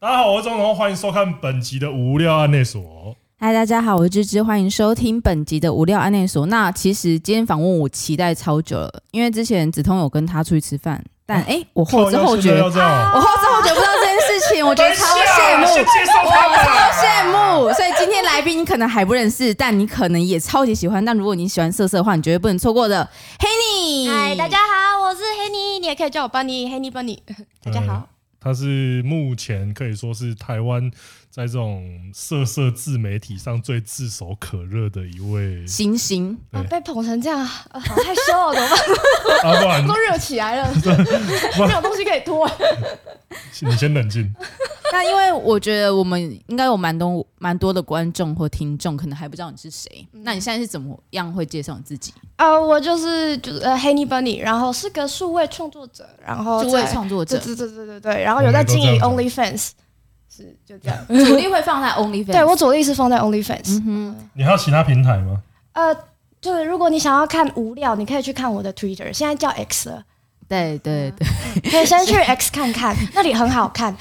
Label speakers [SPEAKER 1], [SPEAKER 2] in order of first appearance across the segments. [SPEAKER 1] 大家好，我是钟彤，欢迎收看本集的无料案内所。
[SPEAKER 2] 嗨，大家好，我是芝芝，欢迎收听本集的无料案内所。那其实今天访问我期待超久了，因为之前子通有跟他出去吃饭，但哎、诶我后知后觉，
[SPEAKER 1] 哦要
[SPEAKER 2] 我
[SPEAKER 1] 这样，
[SPEAKER 2] 后知后觉不知道这件事情，我觉得超羡慕，
[SPEAKER 1] 先介绍
[SPEAKER 2] 我
[SPEAKER 1] 他们
[SPEAKER 2] 超
[SPEAKER 1] 啊
[SPEAKER 2] 羡慕。所以今天来宾你可能还不认识，但你可能也超级喜欢。但如果你喜欢色色的话，你绝对不能错过的。黑你，
[SPEAKER 3] 嗨，大家好，我是黑妮，你也可以叫我班尼，黑妮班尼。大家好，
[SPEAKER 1] 他是目前可以说是台湾在这种色色自媒体上最炙手可热的一位
[SPEAKER 2] 星星，
[SPEAKER 1] 对
[SPEAKER 3] 啊被捧成这样， 啊好害羞哦，怎么办？
[SPEAKER 1] 阿啊然
[SPEAKER 3] 都热起来了，没有东西可以脱。
[SPEAKER 1] 你先冷静。
[SPEAKER 2] 那因为我觉得我们应该有蛮多蛮多的观众或听众，可能还不知道你是谁。
[SPEAKER 3] 嗯
[SPEAKER 2] 那你现在是怎么样会介绍你自己？
[SPEAKER 3] 啊，我就是就是呃黑妮班尼，然后是个数位创作者，然后
[SPEAKER 2] 诸位
[SPEAKER 3] 在
[SPEAKER 2] 创作者
[SPEAKER 3] 对，对对对对对，然后有在经营
[SPEAKER 1] 我们
[SPEAKER 3] OnlyFans，是就这 样。
[SPEAKER 2] 主力会放 在 OnlyFans。嗯
[SPEAKER 3] 对我主力是放在 OnlyFans，
[SPEAKER 1] 你还有其他平台吗？
[SPEAKER 3] 呃，就是如果你想要看无聊，你可以去看我的 Twitter，现在叫 X 了，
[SPEAKER 2] 对对对，
[SPEAKER 3] 可以先去 X 看看，那里很好看。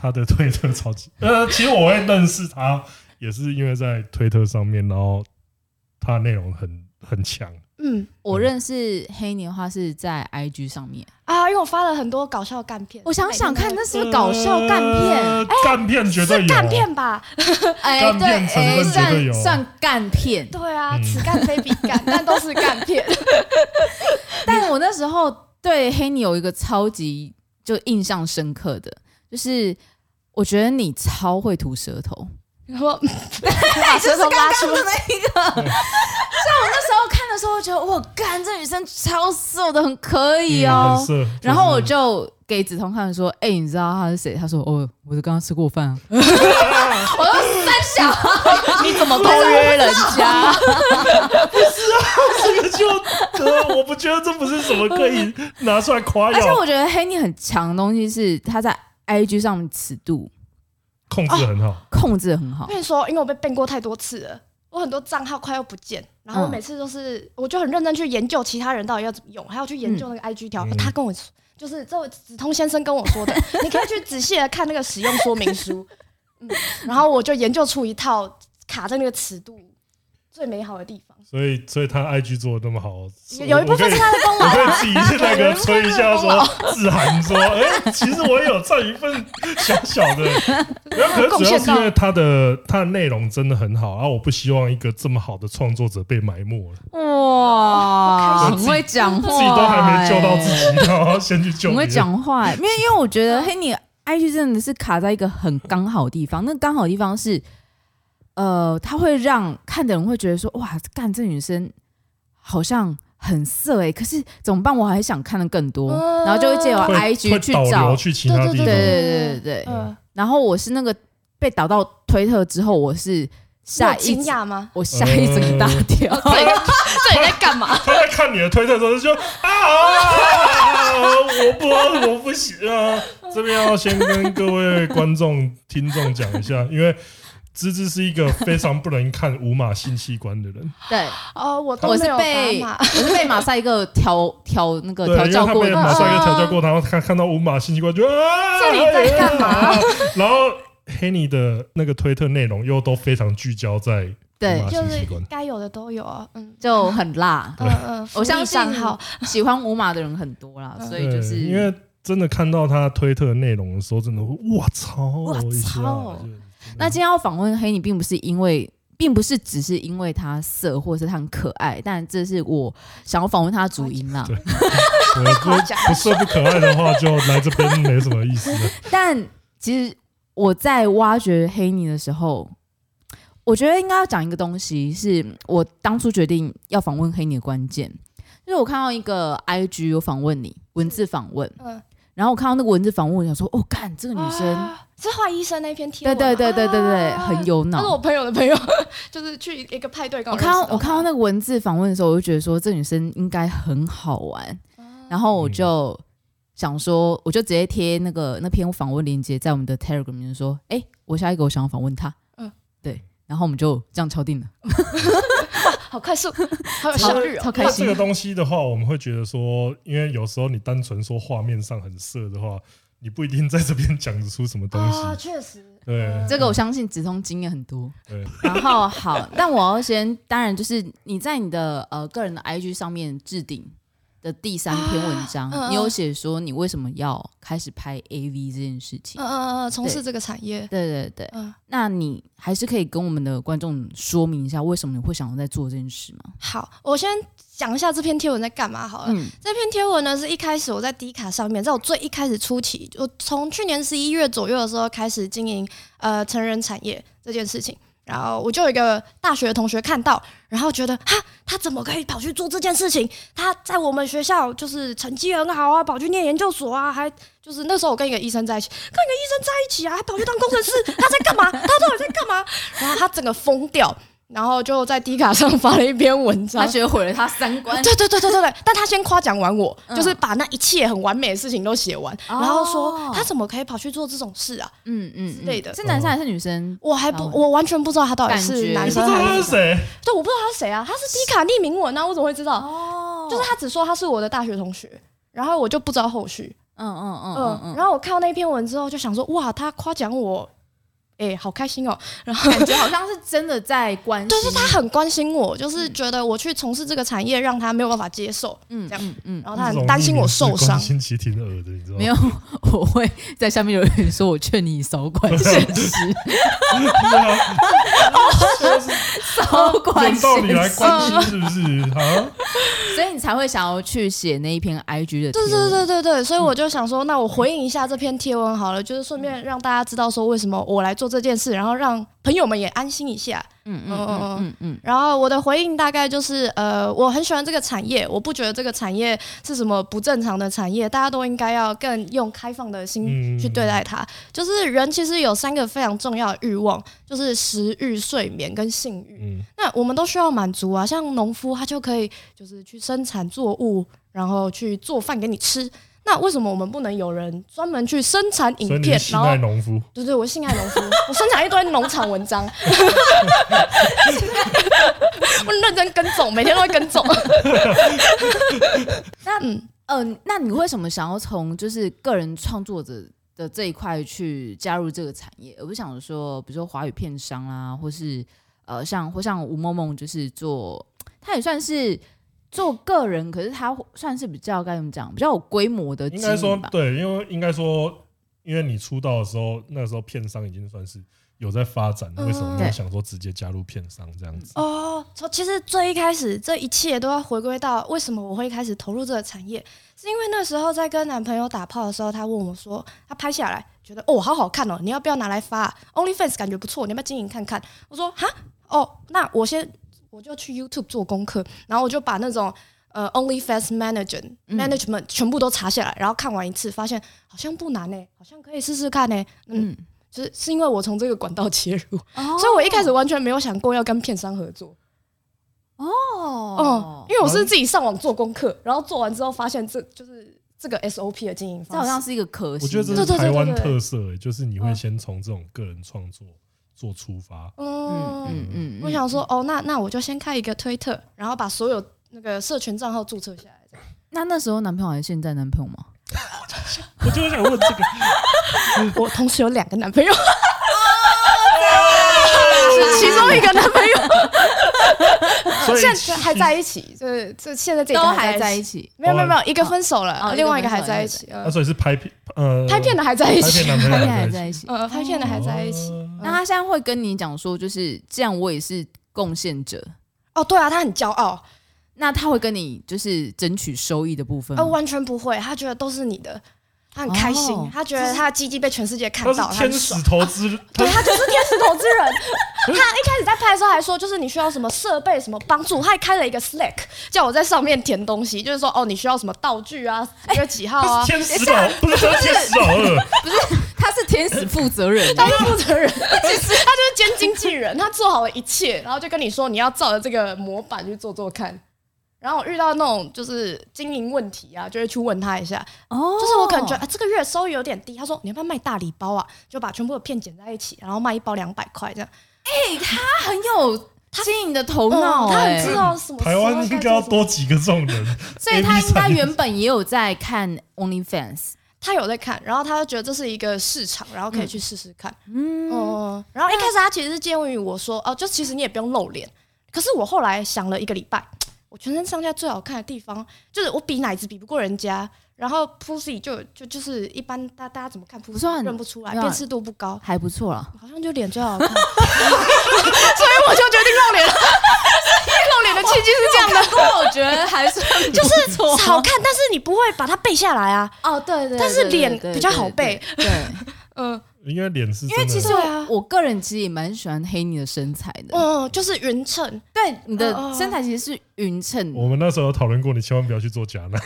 [SPEAKER 1] 他的推特超级…… 呃，其实我会认识他，也是因为在推特上面，然后他的内容很很强。
[SPEAKER 3] 嗯
[SPEAKER 2] 我认识黑你的话是在 IG 上面。
[SPEAKER 3] 啊，因为我发了很多搞笑干片，
[SPEAKER 2] 我想想看，
[SPEAKER 3] 每天都
[SPEAKER 2] 那是不是搞笑干片？
[SPEAKER 1] 呃干片绝对有
[SPEAKER 3] 是干片吧？
[SPEAKER 2] 哎，
[SPEAKER 1] 干
[SPEAKER 2] 对，
[SPEAKER 1] 片成
[SPEAKER 2] 哎，
[SPEAKER 1] 分绝对有
[SPEAKER 2] 算算干片。
[SPEAKER 3] 对啊
[SPEAKER 1] 嗯，
[SPEAKER 3] 此干非彼干，但都是干片。
[SPEAKER 2] 但我那时候对黑你有一个超级就印象深刻的，就是我觉得你超会吐舌头。
[SPEAKER 3] 然后把舌头拉出
[SPEAKER 2] 的那一个。像我那时候看的时候，我觉得哇，干这女生超色的，很可以
[SPEAKER 1] 嗯
[SPEAKER 2] 哦
[SPEAKER 1] 很。色。
[SPEAKER 2] 然后我就给子彤看说：“哎、你知道他是谁？”他说：“哦，我是刚刚吃过饭、 啊。”我说：“三
[SPEAKER 1] 啊
[SPEAKER 2] 小，你怎么偷约人家
[SPEAKER 1] 这个就，呃，我不觉得这不是什么可以拿出来？”夸
[SPEAKER 2] 而且
[SPEAKER 1] 耀，
[SPEAKER 2] 我觉得黑你很强的东西是他在 IG 上面尺度
[SPEAKER 1] 控制很好。
[SPEAKER 2] 控制得很
[SPEAKER 3] 我
[SPEAKER 2] 好。
[SPEAKER 3] 跟你说，因为我被变过太多次了，我很多账号快要不见，然后
[SPEAKER 2] 嗯
[SPEAKER 3] 每次都是我就很认真去研究其他人到底要怎么用，还要去研究那个 IG 条。
[SPEAKER 1] 嗯
[SPEAKER 3] 他跟我说，就是这位子通先生跟我说的，你可以去仔细的看那个使用说明书。嗯，然后我就研究出一套卡在那个尺度最美好的地方。
[SPEAKER 1] 所以，所以他 IG 做的那么好，
[SPEAKER 3] 有有一部分是他的功
[SPEAKER 1] 我
[SPEAKER 3] 劳
[SPEAKER 1] 可以。我可以自己去那
[SPEAKER 3] 有
[SPEAKER 1] 个
[SPEAKER 3] 一部分
[SPEAKER 1] 吹一下
[SPEAKER 3] 是功劳
[SPEAKER 1] 说自涵说，哎、其实我也有占一份小小的，然后可是主要是因为他的他的内容真的很好，然后我不希望一个这么好的创作者被埋没了，
[SPEAKER 2] 哇
[SPEAKER 3] 好
[SPEAKER 1] 开
[SPEAKER 2] 很
[SPEAKER 1] 心
[SPEAKER 2] 会讲话、
[SPEAKER 1] 自己都还没救到自己，然后先去救别
[SPEAKER 2] 很会
[SPEAKER 1] 人。
[SPEAKER 2] 讲话、欸，因为因为我觉得黑你 IG 真的是卡在一个很刚好的地方，那刚好的地方是，呃，他会让看的人会觉得说，哇，干这女生好像很色哎、欸，可是怎么办？我还想看的更多，
[SPEAKER 3] 嗯
[SPEAKER 2] 然后就会借由
[SPEAKER 1] 会
[SPEAKER 2] IG
[SPEAKER 1] 会
[SPEAKER 2] 去
[SPEAKER 1] 导
[SPEAKER 2] 找
[SPEAKER 1] 流，去其他地方，
[SPEAKER 2] 对
[SPEAKER 3] 对
[SPEAKER 2] 对对对对。
[SPEAKER 3] 嗯，
[SPEAKER 2] 然后我是那个被导到推特之后，我是吓
[SPEAKER 3] 你有
[SPEAKER 2] 一
[SPEAKER 3] 惊讶 嗯吗？
[SPEAKER 2] 我吓一整个大跳，
[SPEAKER 3] 这里这里在干嘛？
[SPEAKER 1] 他在看你的推特的时候就啊啊，我不我不行啊！这边要先跟各位观众、听众讲一下，因为芝芝是一个非常不能看无码性器官的 人，
[SPEAKER 2] 对，
[SPEAKER 3] 哦，我都
[SPEAKER 2] 我是
[SPEAKER 3] 没有
[SPEAKER 2] 被
[SPEAKER 3] 打码
[SPEAKER 2] 我。是被马赛克调调那个
[SPEAKER 1] 对，因
[SPEAKER 2] 调
[SPEAKER 1] 为
[SPEAKER 2] 教
[SPEAKER 1] 他
[SPEAKER 2] 过
[SPEAKER 1] 被
[SPEAKER 2] 的
[SPEAKER 1] 马
[SPEAKER 2] 嘛，
[SPEAKER 1] 赛克调教过，然后看看到无码性器官就啊，
[SPEAKER 3] 这里在干嘛？
[SPEAKER 1] 然后黑你的那个推特内容又都非常聚焦在无
[SPEAKER 2] 对
[SPEAKER 1] 码，
[SPEAKER 3] 就
[SPEAKER 1] 性器
[SPEAKER 3] 是
[SPEAKER 1] 官，
[SPEAKER 3] 该有的都有啊， 嗯
[SPEAKER 2] 就很辣。
[SPEAKER 3] 嗯嗯，
[SPEAKER 2] 我相信
[SPEAKER 3] 福利账号
[SPEAKER 2] 喜欢五马的人很多啦，
[SPEAKER 3] 嗯
[SPEAKER 2] 所以就
[SPEAKER 1] 对因
[SPEAKER 2] 是
[SPEAKER 1] 为真的看到他推特内容的时候，真的会我操，
[SPEAKER 2] 哇
[SPEAKER 1] 一下
[SPEAKER 2] 操
[SPEAKER 1] 就
[SPEAKER 2] 那今天要访问黑你，并不是因为，并不是只是因为他色或者是他很可爱，但这是我想要访问他的主因啦
[SPEAKER 1] 对。 我不不是不可爱的话，就来这边没什么意思了。
[SPEAKER 2] 但其实我在挖掘黑你的时候，我觉得应该要讲一个东西，是我当初决定要访问黑你的关键，就是我看到一个 IG 有访问你文字访问，
[SPEAKER 3] 嗯
[SPEAKER 2] 然后我看到那个文字访问，我想说，哦，干这个女生，
[SPEAKER 3] 啊是坏医生那篇贴
[SPEAKER 2] 对
[SPEAKER 3] 文，
[SPEAKER 2] 对对对对对，
[SPEAKER 3] 啊
[SPEAKER 2] 很有
[SPEAKER 3] 他是我
[SPEAKER 2] 脑。
[SPEAKER 3] 朋友的朋友，就是去一个派对刚
[SPEAKER 2] 我
[SPEAKER 3] 好
[SPEAKER 2] 看
[SPEAKER 3] 认识
[SPEAKER 2] 到
[SPEAKER 3] 他，
[SPEAKER 2] 我看到那个文字访问的时候，我就觉得说这女生应该很好玩，
[SPEAKER 3] 啊
[SPEAKER 2] 然后我就想说，我就直接贴那个那篇访问链接在我们的 Telegram 里面说，哎，我下一个我想要访问她，嗯
[SPEAKER 3] 嗯，
[SPEAKER 2] 对，然后我们就这样敲定了。
[SPEAKER 3] 好快 速，好有效率
[SPEAKER 2] 超
[SPEAKER 3] 哦。
[SPEAKER 2] 开
[SPEAKER 1] 这
[SPEAKER 2] 心
[SPEAKER 1] 个东西的话，我们会觉得说，因为有时候你单纯说画面上很色的话，你不一定在这边讲得出什么东西。
[SPEAKER 3] 啊，确实，
[SPEAKER 1] 对，
[SPEAKER 2] 这个我相信直通经验很多。
[SPEAKER 1] 对，
[SPEAKER 2] 然后好，但我要先，当然就是你在你的呃个人的 IG 上面置顶的第三篇文章，
[SPEAKER 3] 啊嗯嗯
[SPEAKER 2] 你有写说你为什么要开始拍 AV 这件事情。
[SPEAKER 3] 嗯嗯嗯，从事这个产业，
[SPEAKER 2] 对对对，
[SPEAKER 3] 嗯，
[SPEAKER 2] 那你还是可以跟我们的观众说明一下，为什么你会想要在做这件事吗？
[SPEAKER 3] 好，我先讲一下这篇贴文在干嘛好了。
[SPEAKER 2] 嗯，
[SPEAKER 3] 这篇贴文呢，是一开始我在 D 卡上面，在我最一开始初期，我从去年十一月左右的时候开始经营呃成人产业这件事情。然后我就有一个大学的同学看到，然后觉得哈，他怎么可以跑去做这件事情？他在我们学校就是成绩很好啊，跑去念研究所啊，还就是那时候我跟一个医生在一起，跟一个医生在一起啊，还跑去当工程师，他在干嘛？他到底在干嘛？然后他整个疯掉，然后就在 D 卡上发了一篇文章，
[SPEAKER 2] 他觉得毁了他 三观。
[SPEAKER 3] 对对对对对 对，但他先夸奖完我，
[SPEAKER 2] 嗯
[SPEAKER 3] 就是把那一切很完美的事情都写完，
[SPEAKER 2] 哦
[SPEAKER 3] 然后说他怎么可以跑去做这种事啊？
[SPEAKER 2] 嗯嗯
[SPEAKER 3] 之类的
[SPEAKER 2] 是
[SPEAKER 1] 哦
[SPEAKER 2] 男生还是女生？
[SPEAKER 3] 我还不，
[SPEAKER 2] 然后
[SPEAKER 3] 我完全不知道他到底
[SPEAKER 2] 感觉
[SPEAKER 1] 嗯
[SPEAKER 3] 是
[SPEAKER 1] 你
[SPEAKER 3] 男
[SPEAKER 1] 不知
[SPEAKER 3] 生
[SPEAKER 1] 道
[SPEAKER 3] 还
[SPEAKER 1] 他
[SPEAKER 3] 是
[SPEAKER 1] 是
[SPEAKER 3] 什么。
[SPEAKER 1] 谁，
[SPEAKER 3] 哦对，我不知道他是谁啊，他是迪卡匿名文啊，我怎么会知道？
[SPEAKER 2] 哦
[SPEAKER 3] 就是他只说他是我的大学同学，然后我就不知道后续。
[SPEAKER 2] 嗯嗯嗯嗯
[SPEAKER 3] 嗯，
[SPEAKER 2] 嗯，
[SPEAKER 3] 然后我看到那篇文之后就想说，哇，他夸奖我，哎，好开心哦。然后
[SPEAKER 2] 感觉好像是真的在关心，
[SPEAKER 3] 就是他很关心我，就是觉得我去从事这个产业让他没有办法接受，
[SPEAKER 2] 嗯
[SPEAKER 3] 这样
[SPEAKER 2] 嗯嗯
[SPEAKER 3] 然后他很担心我受
[SPEAKER 1] 这种匿名式关
[SPEAKER 3] 伤。
[SPEAKER 1] 心其实挺恶的，你知道吗？
[SPEAKER 2] 没 有， 我会在下面留言说：“我劝你少管闲事， 少管
[SPEAKER 1] 啊轮到你
[SPEAKER 2] 闲
[SPEAKER 1] 来
[SPEAKER 2] 事。
[SPEAKER 1] 关心是不是？啊，”
[SPEAKER 2] 嗯所以你才会想要去写那一篇 IG 的贴
[SPEAKER 3] 对
[SPEAKER 2] 文。
[SPEAKER 3] 对对对对，所以我就想说，那我回应一下这篇贴文好了，就是顺便让大家知道说为什么我来做这件事，然后让朋友们也安心一下。
[SPEAKER 2] 嗯嗯嗯嗯嗯
[SPEAKER 3] 然后我的回应大概就是，呃，我很喜欢这个产业，我不觉得这个产业是什么不正常的产业，大家都应该要更用开放的
[SPEAKER 1] 嗯
[SPEAKER 3] 心去对待它。就是人其实有三个非常重要的欲望，就是食欲、睡眠跟性欲。
[SPEAKER 1] 嗯，
[SPEAKER 3] 那我们都需要满足啊，像农夫他就可以就是去生产作物，然后去做饭给你吃。那为什么我们不能有人专门去生产
[SPEAKER 1] 所以
[SPEAKER 3] 影
[SPEAKER 1] 你是
[SPEAKER 3] 片？
[SPEAKER 1] 信
[SPEAKER 3] 然后
[SPEAKER 1] 赖农夫，
[SPEAKER 3] 对对，我性爱 农夫，我生产一堆农场文章， 我认真跟踪，每天都会跟踪。那嗯，
[SPEAKER 2] 嗯。那你为什么想要从就是个人创作者的这一块去加入这个产业，而不是想说，比如说华语片商啦，或是呃，像或像吴梦梦，就是做，她也算是。做个人，可是她算是比较该怎么讲，比较有规模的经
[SPEAKER 1] 应
[SPEAKER 2] 营
[SPEAKER 1] 该说
[SPEAKER 2] 吧。
[SPEAKER 1] 对，因为应该说，因为你出道的时候，那时候片商已经算是有在发展，
[SPEAKER 3] 嗯
[SPEAKER 1] 为什么
[SPEAKER 2] 对
[SPEAKER 1] 你想说直接加入片商这样子？
[SPEAKER 3] 哦，从其实最一开始，这一切都要回归到为什么我会一开始投入这个产业，是因为那时候在跟男朋友打炮的时候，他问我说，他拍下来觉得哦好好看哦，你要不要拿来发、OnlyFans 感觉不错，你要不要经营看看？我说哈哦，那我先我就去 YouTube 做功课，然后我就把那种呃 OnlyFans Manager
[SPEAKER 2] 嗯
[SPEAKER 3] Management 全部都查下来，然后看完一次，发现好像不难呢、欸好像可以试试看呢、嗯，
[SPEAKER 2] 嗯，
[SPEAKER 3] 就是是因为我从这个管道切入，
[SPEAKER 2] 所
[SPEAKER 3] 所以我一开始完全没有想过要跟片商合作。哦
[SPEAKER 2] 哦，，
[SPEAKER 3] 因为我是自己上网做功课，然后做完之后发现这就是这个 SOP 的经营
[SPEAKER 2] 这好
[SPEAKER 3] 方
[SPEAKER 2] 像
[SPEAKER 3] 式。
[SPEAKER 2] 是一个可
[SPEAKER 1] 我
[SPEAKER 2] 行
[SPEAKER 1] 觉
[SPEAKER 2] 的，
[SPEAKER 1] 得这是
[SPEAKER 3] 对对
[SPEAKER 1] 台
[SPEAKER 3] 对
[SPEAKER 1] 湾
[SPEAKER 3] 对对
[SPEAKER 1] 特色、欸，就是你会
[SPEAKER 3] 嗯
[SPEAKER 1] 先从这种个人创作做出发，
[SPEAKER 2] 嗯
[SPEAKER 3] 嗯，
[SPEAKER 2] 嗯嗯，嗯
[SPEAKER 3] 我想，说，哦，那那我就先开一个推特，然后把所有那个社群账号注册下来。这样
[SPEAKER 2] 那那时候男朋友还是现在男朋 友吗？
[SPEAKER 1] 我就想问这个，
[SPEAKER 3] 我同时有两个男朋友，
[SPEAKER 1] 哦
[SPEAKER 3] 其中一个男朋友
[SPEAKER 1] 所以
[SPEAKER 3] 现在还在一起，就是这现在这个
[SPEAKER 2] 都还在
[SPEAKER 3] 在
[SPEAKER 2] 一
[SPEAKER 3] 起，
[SPEAKER 2] 起，
[SPEAKER 3] 没有没有没有，一个分手
[SPEAKER 2] 哦
[SPEAKER 3] 了，另外一个还在一起，
[SPEAKER 1] 那
[SPEAKER 3] 呃
[SPEAKER 1] 啊所以是拍片，呃，
[SPEAKER 3] 拍片的还在一
[SPEAKER 1] 拍片
[SPEAKER 3] 起，
[SPEAKER 1] 男朋
[SPEAKER 2] 他
[SPEAKER 1] 友
[SPEAKER 2] 现在还
[SPEAKER 1] 还在
[SPEAKER 2] 在
[SPEAKER 1] 一起
[SPEAKER 2] 一起。
[SPEAKER 3] 呃， 拍片的还在一起。
[SPEAKER 1] 哦
[SPEAKER 2] 那他现在会跟你讲说，就是既然我也是贡献者，
[SPEAKER 3] 哦，对啊，他很骄傲，
[SPEAKER 2] 那他会跟你就是争取收益的部分吗
[SPEAKER 3] 呃，。完全不会，他觉得都是你的，他很开心
[SPEAKER 2] 哦，
[SPEAKER 3] 他觉得他的鸡鸡被全世界看
[SPEAKER 1] 他
[SPEAKER 3] 到，
[SPEAKER 1] 是
[SPEAKER 3] 他
[SPEAKER 1] 天
[SPEAKER 3] 很爽。啊
[SPEAKER 1] 使投资，
[SPEAKER 3] 对
[SPEAKER 1] 他
[SPEAKER 3] 他就是天使投资人， 他一开始在拍的时候还说，就是你需要什么设备、什么帮助，他还开了一个 Slack，叫我在上面填东西，就是说哦，你需要什么道具啊，几月几号啊，
[SPEAKER 1] 天使老不是天使老二，
[SPEAKER 2] 他是天使负责人
[SPEAKER 3] 他是负责人，其实他就是兼经纪人，他做好了一切，然后就跟你说你要照着这个模板去做做看。然后我遇到那种就是经营问题啊，就会去问他一下，
[SPEAKER 2] 哦
[SPEAKER 3] 就是我可能觉得、啊、这个月收入有点低，他说你要不要卖大礼包啊？就把全部的片剪在一起，然后卖一包两百块这样。
[SPEAKER 2] 他很有经营的头脑、
[SPEAKER 3] 嗯他很
[SPEAKER 2] 欸
[SPEAKER 3] 知道什么时候
[SPEAKER 1] 台
[SPEAKER 3] 做什么。
[SPEAKER 1] 湾应该要多几个这种人，
[SPEAKER 2] 所以他应该原本也有在看 OnlyFans。
[SPEAKER 3] 他有在看，然后他就觉得这是一个市场，然后可以去试试看。
[SPEAKER 2] 嗯，
[SPEAKER 3] 哦、然后一开始他其实是建议我说，哦、就其实你也不用露脸。可是我后来想了一个礼拜，我全身上下最好看的地方就是我比奶子比不过人家，然后 pussy 就就就是一般大大家怎么看 pussy
[SPEAKER 2] 是很
[SPEAKER 3] 认不出来，
[SPEAKER 2] 对啊
[SPEAKER 3] 辨识度不 高，
[SPEAKER 2] 还不错了。
[SPEAKER 3] 好像就脸最好看， 所以我就决定露脸了。露脸的契机是这样的，
[SPEAKER 2] 不过 我觉得还算就是
[SPEAKER 3] 好看，但是你不会把它背下来啊。
[SPEAKER 2] 哦，对对
[SPEAKER 3] 但是脸比较好背。
[SPEAKER 2] 对对对对对，
[SPEAKER 3] 嗯
[SPEAKER 1] 应该脸是真
[SPEAKER 2] 因
[SPEAKER 1] 的
[SPEAKER 2] 为其实
[SPEAKER 3] 对啊
[SPEAKER 2] 我我个人其实也蛮喜欢黑你的身材的。
[SPEAKER 3] 嗯，就是匀称。
[SPEAKER 2] 对，你
[SPEAKER 3] 哦
[SPEAKER 2] 的
[SPEAKER 3] 哦
[SPEAKER 2] 身材其实是匀称的。
[SPEAKER 1] 我们那时候有讨论过，你千万不要去做假奶，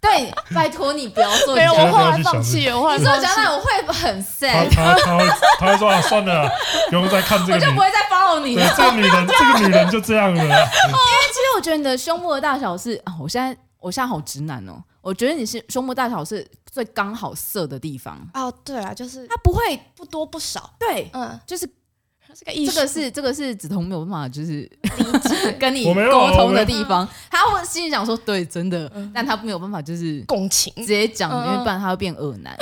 [SPEAKER 2] 对，拜托你不要做。
[SPEAKER 3] 没有，
[SPEAKER 1] 哦你觉得
[SPEAKER 2] 你
[SPEAKER 3] 我后
[SPEAKER 1] 不要
[SPEAKER 3] 来
[SPEAKER 1] 去
[SPEAKER 3] 放
[SPEAKER 1] 想
[SPEAKER 3] 弃了，我后来
[SPEAKER 2] 说
[SPEAKER 3] 放弃
[SPEAKER 2] 讲奶，我会很
[SPEAKER 1] 他
[SPEAKER 2] sad，
[SPEAKER 1] 他他会他会说啊，算了，不用再看这
[SPEAKER 2] 我
[SPEAKER 1] 个
[SPEAKER 2] 就
[SPEAKER 1] 女
[SPEAKER 2] 不，会再 follow 你
[SPEAKER 1] 对啊
[SPEAKER 2] 了。
[SPEAKER 1] 这个女人，这个女人就这样了。
[SPEAKER 2] 其实我觉得你的胸部的大小是啊，我现在我现在好直男哦。我觉得你是胸部大小是最刚好色的地方，
[SPEAKER 3] 哦，对啊，就是
[SPEAKER 2] 它不会
[SPEAKER 3] 不多不少，
[SPEAKER 2] 对，
[SPEAKER 3] 嗯，
[SPEAKER 2] 就是
[SPEAKER 3] 这个意
[SPEAKER 2] 这
[SPEAKER 3] 思。
[SPEAKER 2] 个是这个是梓潼没有办法就是 跟你
[SPEAKER 1] 我没有
[SPEAKER 2] 沟
[SPEAKER 1] 我
[SPEAKER 2] 通
[SPEAKER 1] 没
[SPEAKER 2] 的
[SPEAKER 1] 有
[SPEAKER 2] 地方，他会心里想说对，真的，但他没有办法就是
[SPEAKER 3] 共情，
[SPEAKER 2] 直接讲，
[SPEAKER 3] 嗯嗯
[SPEAKER 2] 因为不然他会变恶 男。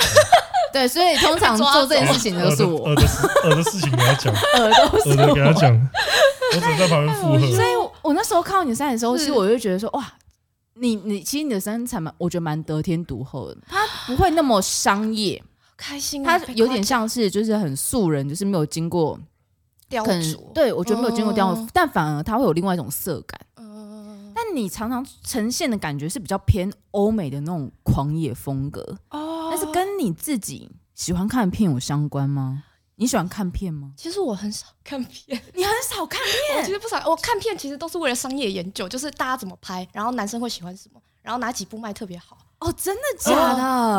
[SPEAKER 2] 对，所以通 常
[SPEAKER 3] 被抓
[SPEAKER 2] 做这件事情的都是 我，
[SPEAKER 1] 耳的事耳的事情给他讲，
[SPEAKER 2] 耳都
[SPEAKER 1] 耳
[SPEAKER 2] 是
[SPEAKER 1] 的给他
[SPEAKER 2] 我。
[SPEAKER 1] 讲，我只能在旁边附和。
[SPEAKER 2] 所以我我那时候看到你身材的时候，
[SPEAKER 3] 是
[SPEAKER 2] 其实我就觉得说哇。你你其实你的身材蛮，我觉得蛮得天独厚的。他不会那么商业，
[SPEAKER 3] 开心
[SPEAKER 2] 他
[SPEAKER 3] 啊，被
[SPEAKER 2] 有
[SPEAKER 3] 夸
[SPEAKER 2] 点像是就是很素人，就是没有经过
[SPEAKER 3] 雕
[SPEAKER 2] 可能
[SPEAKER 3] 琢，
[SPEAKER 2] 对我觉得没有经过雕
[SPEAKER 3] 嗯
[SPEAKER 2] 琢，但反而他会有另外一种色感。
[SPEAKER 3] 嗯，
[SPEAKER 2] 但你常常呈现的感觉是比较偏欧美的那种狂野风格，
[SPEAKER 3] 哦
[SPEAKER 2] 但是跟你自己喜欢看的片有相关吗？你喜欢看片吗？
[SPEAKER 3] 其实我很少看片，
[SPEAKER 2] 你很少看
[SPEAKER 3] 我
[SPEAKER 2] 片
[SPEAKER 3] 其实不少，我看片其实都是为了商业研究，就是大家怎么拍，然后男生会喜欢什么，然后哪几部卖特别好。
[SPEAKER 2] 哦，真的假
[SPEAKER 3] 我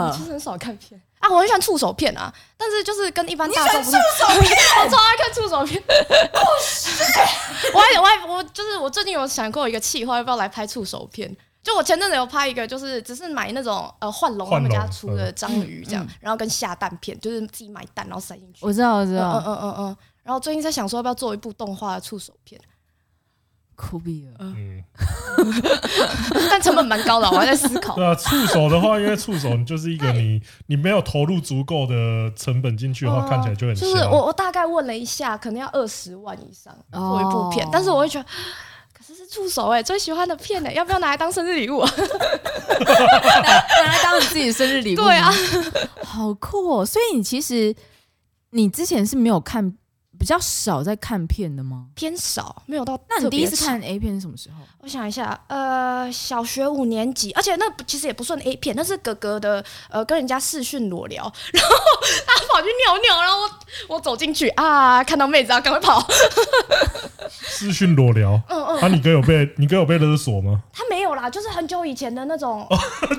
[SPEAKER 2] 的
[SPEAKER 3] 其？实很少看片嗯啊，我很喜欢触手片啊，但是就是跟一般大众不是，
[SPEAKER 2] 手片
[SPEAKER 3] 我超爱看触手片。哦，我还我还我就是我最近有想过一个计划，要不要来拍触手片？就我前阵子有拍一个，就是只是买那种呃幻龙他嗯
[SPEAKER 1] 幻龙
[SPEAKER 3] 们家出的章鱼这样，然后跟下蛋片，就是自己买蛋然后塞进去。
[SPEAKER 2] 我知道，我知
[SPEAKER 3] 嗯嗯
[SPEAKER 2] 道，
[SPEAKER 3] 嗯嗯嗯。然后最近在想说要不要做一部动画的触手片，
[SPEAKER 2] 酷毙了！
[SPEAKER 1] 嗯，
[SPEAKER 3] 但成本蛮高的，我还在思考。
[SPEAKER 1] 对啊，触手的话，因为触手你就是一个你
[SPEAKER 2] 哎
[SPEAKER 1] 你没有投入足够的成本进去的
[SPEAKER 2] 哦
[SPEAKER 1] 话，看起来就很
[SPEAKER 3] 就是
[SPEAKER 1] 瞎。
[SPEAKER 3] 我我大概问了一下，可能要二十万以上做一部片，
[SPEAKER 2] 哦
[SPEAKER 3] 但是我会觉得。啊可是是触手哎、最喜欢的片哎、要不要拿来当生日礼物、啊？
[SPEAKER 2] 拿来当你自己生日礼物，
[SPEAKER 3] 对啊，
[SPEAKER 2] 好酷哦！所以你其实你之前是没有看，比较少在看片的吗？
[SPEAKER 3] 偏少，没有到。
[SPEAKER 2] 那你第一次？看 A 片是什么时候？
[SPEAKER 3] 我想一下，呃，小学五年级，而且那不其实也不算 A 片，那是哥哥的，呃，跟人家视讯裸聊，然后他跑去尿尿，然后我我走进去啊，看到妹子啊，赶快跑。
[SPEAKER 1] 视讯裸聊，
[SPEAKER 3] 嗯嗯，
[SPEAKER 1] 啊，你哥有被你哥有被勒索吗？
[SPEAKER 3] 他没有啦，就是很久以前的那种，
[SPEAKER 1] 哦就是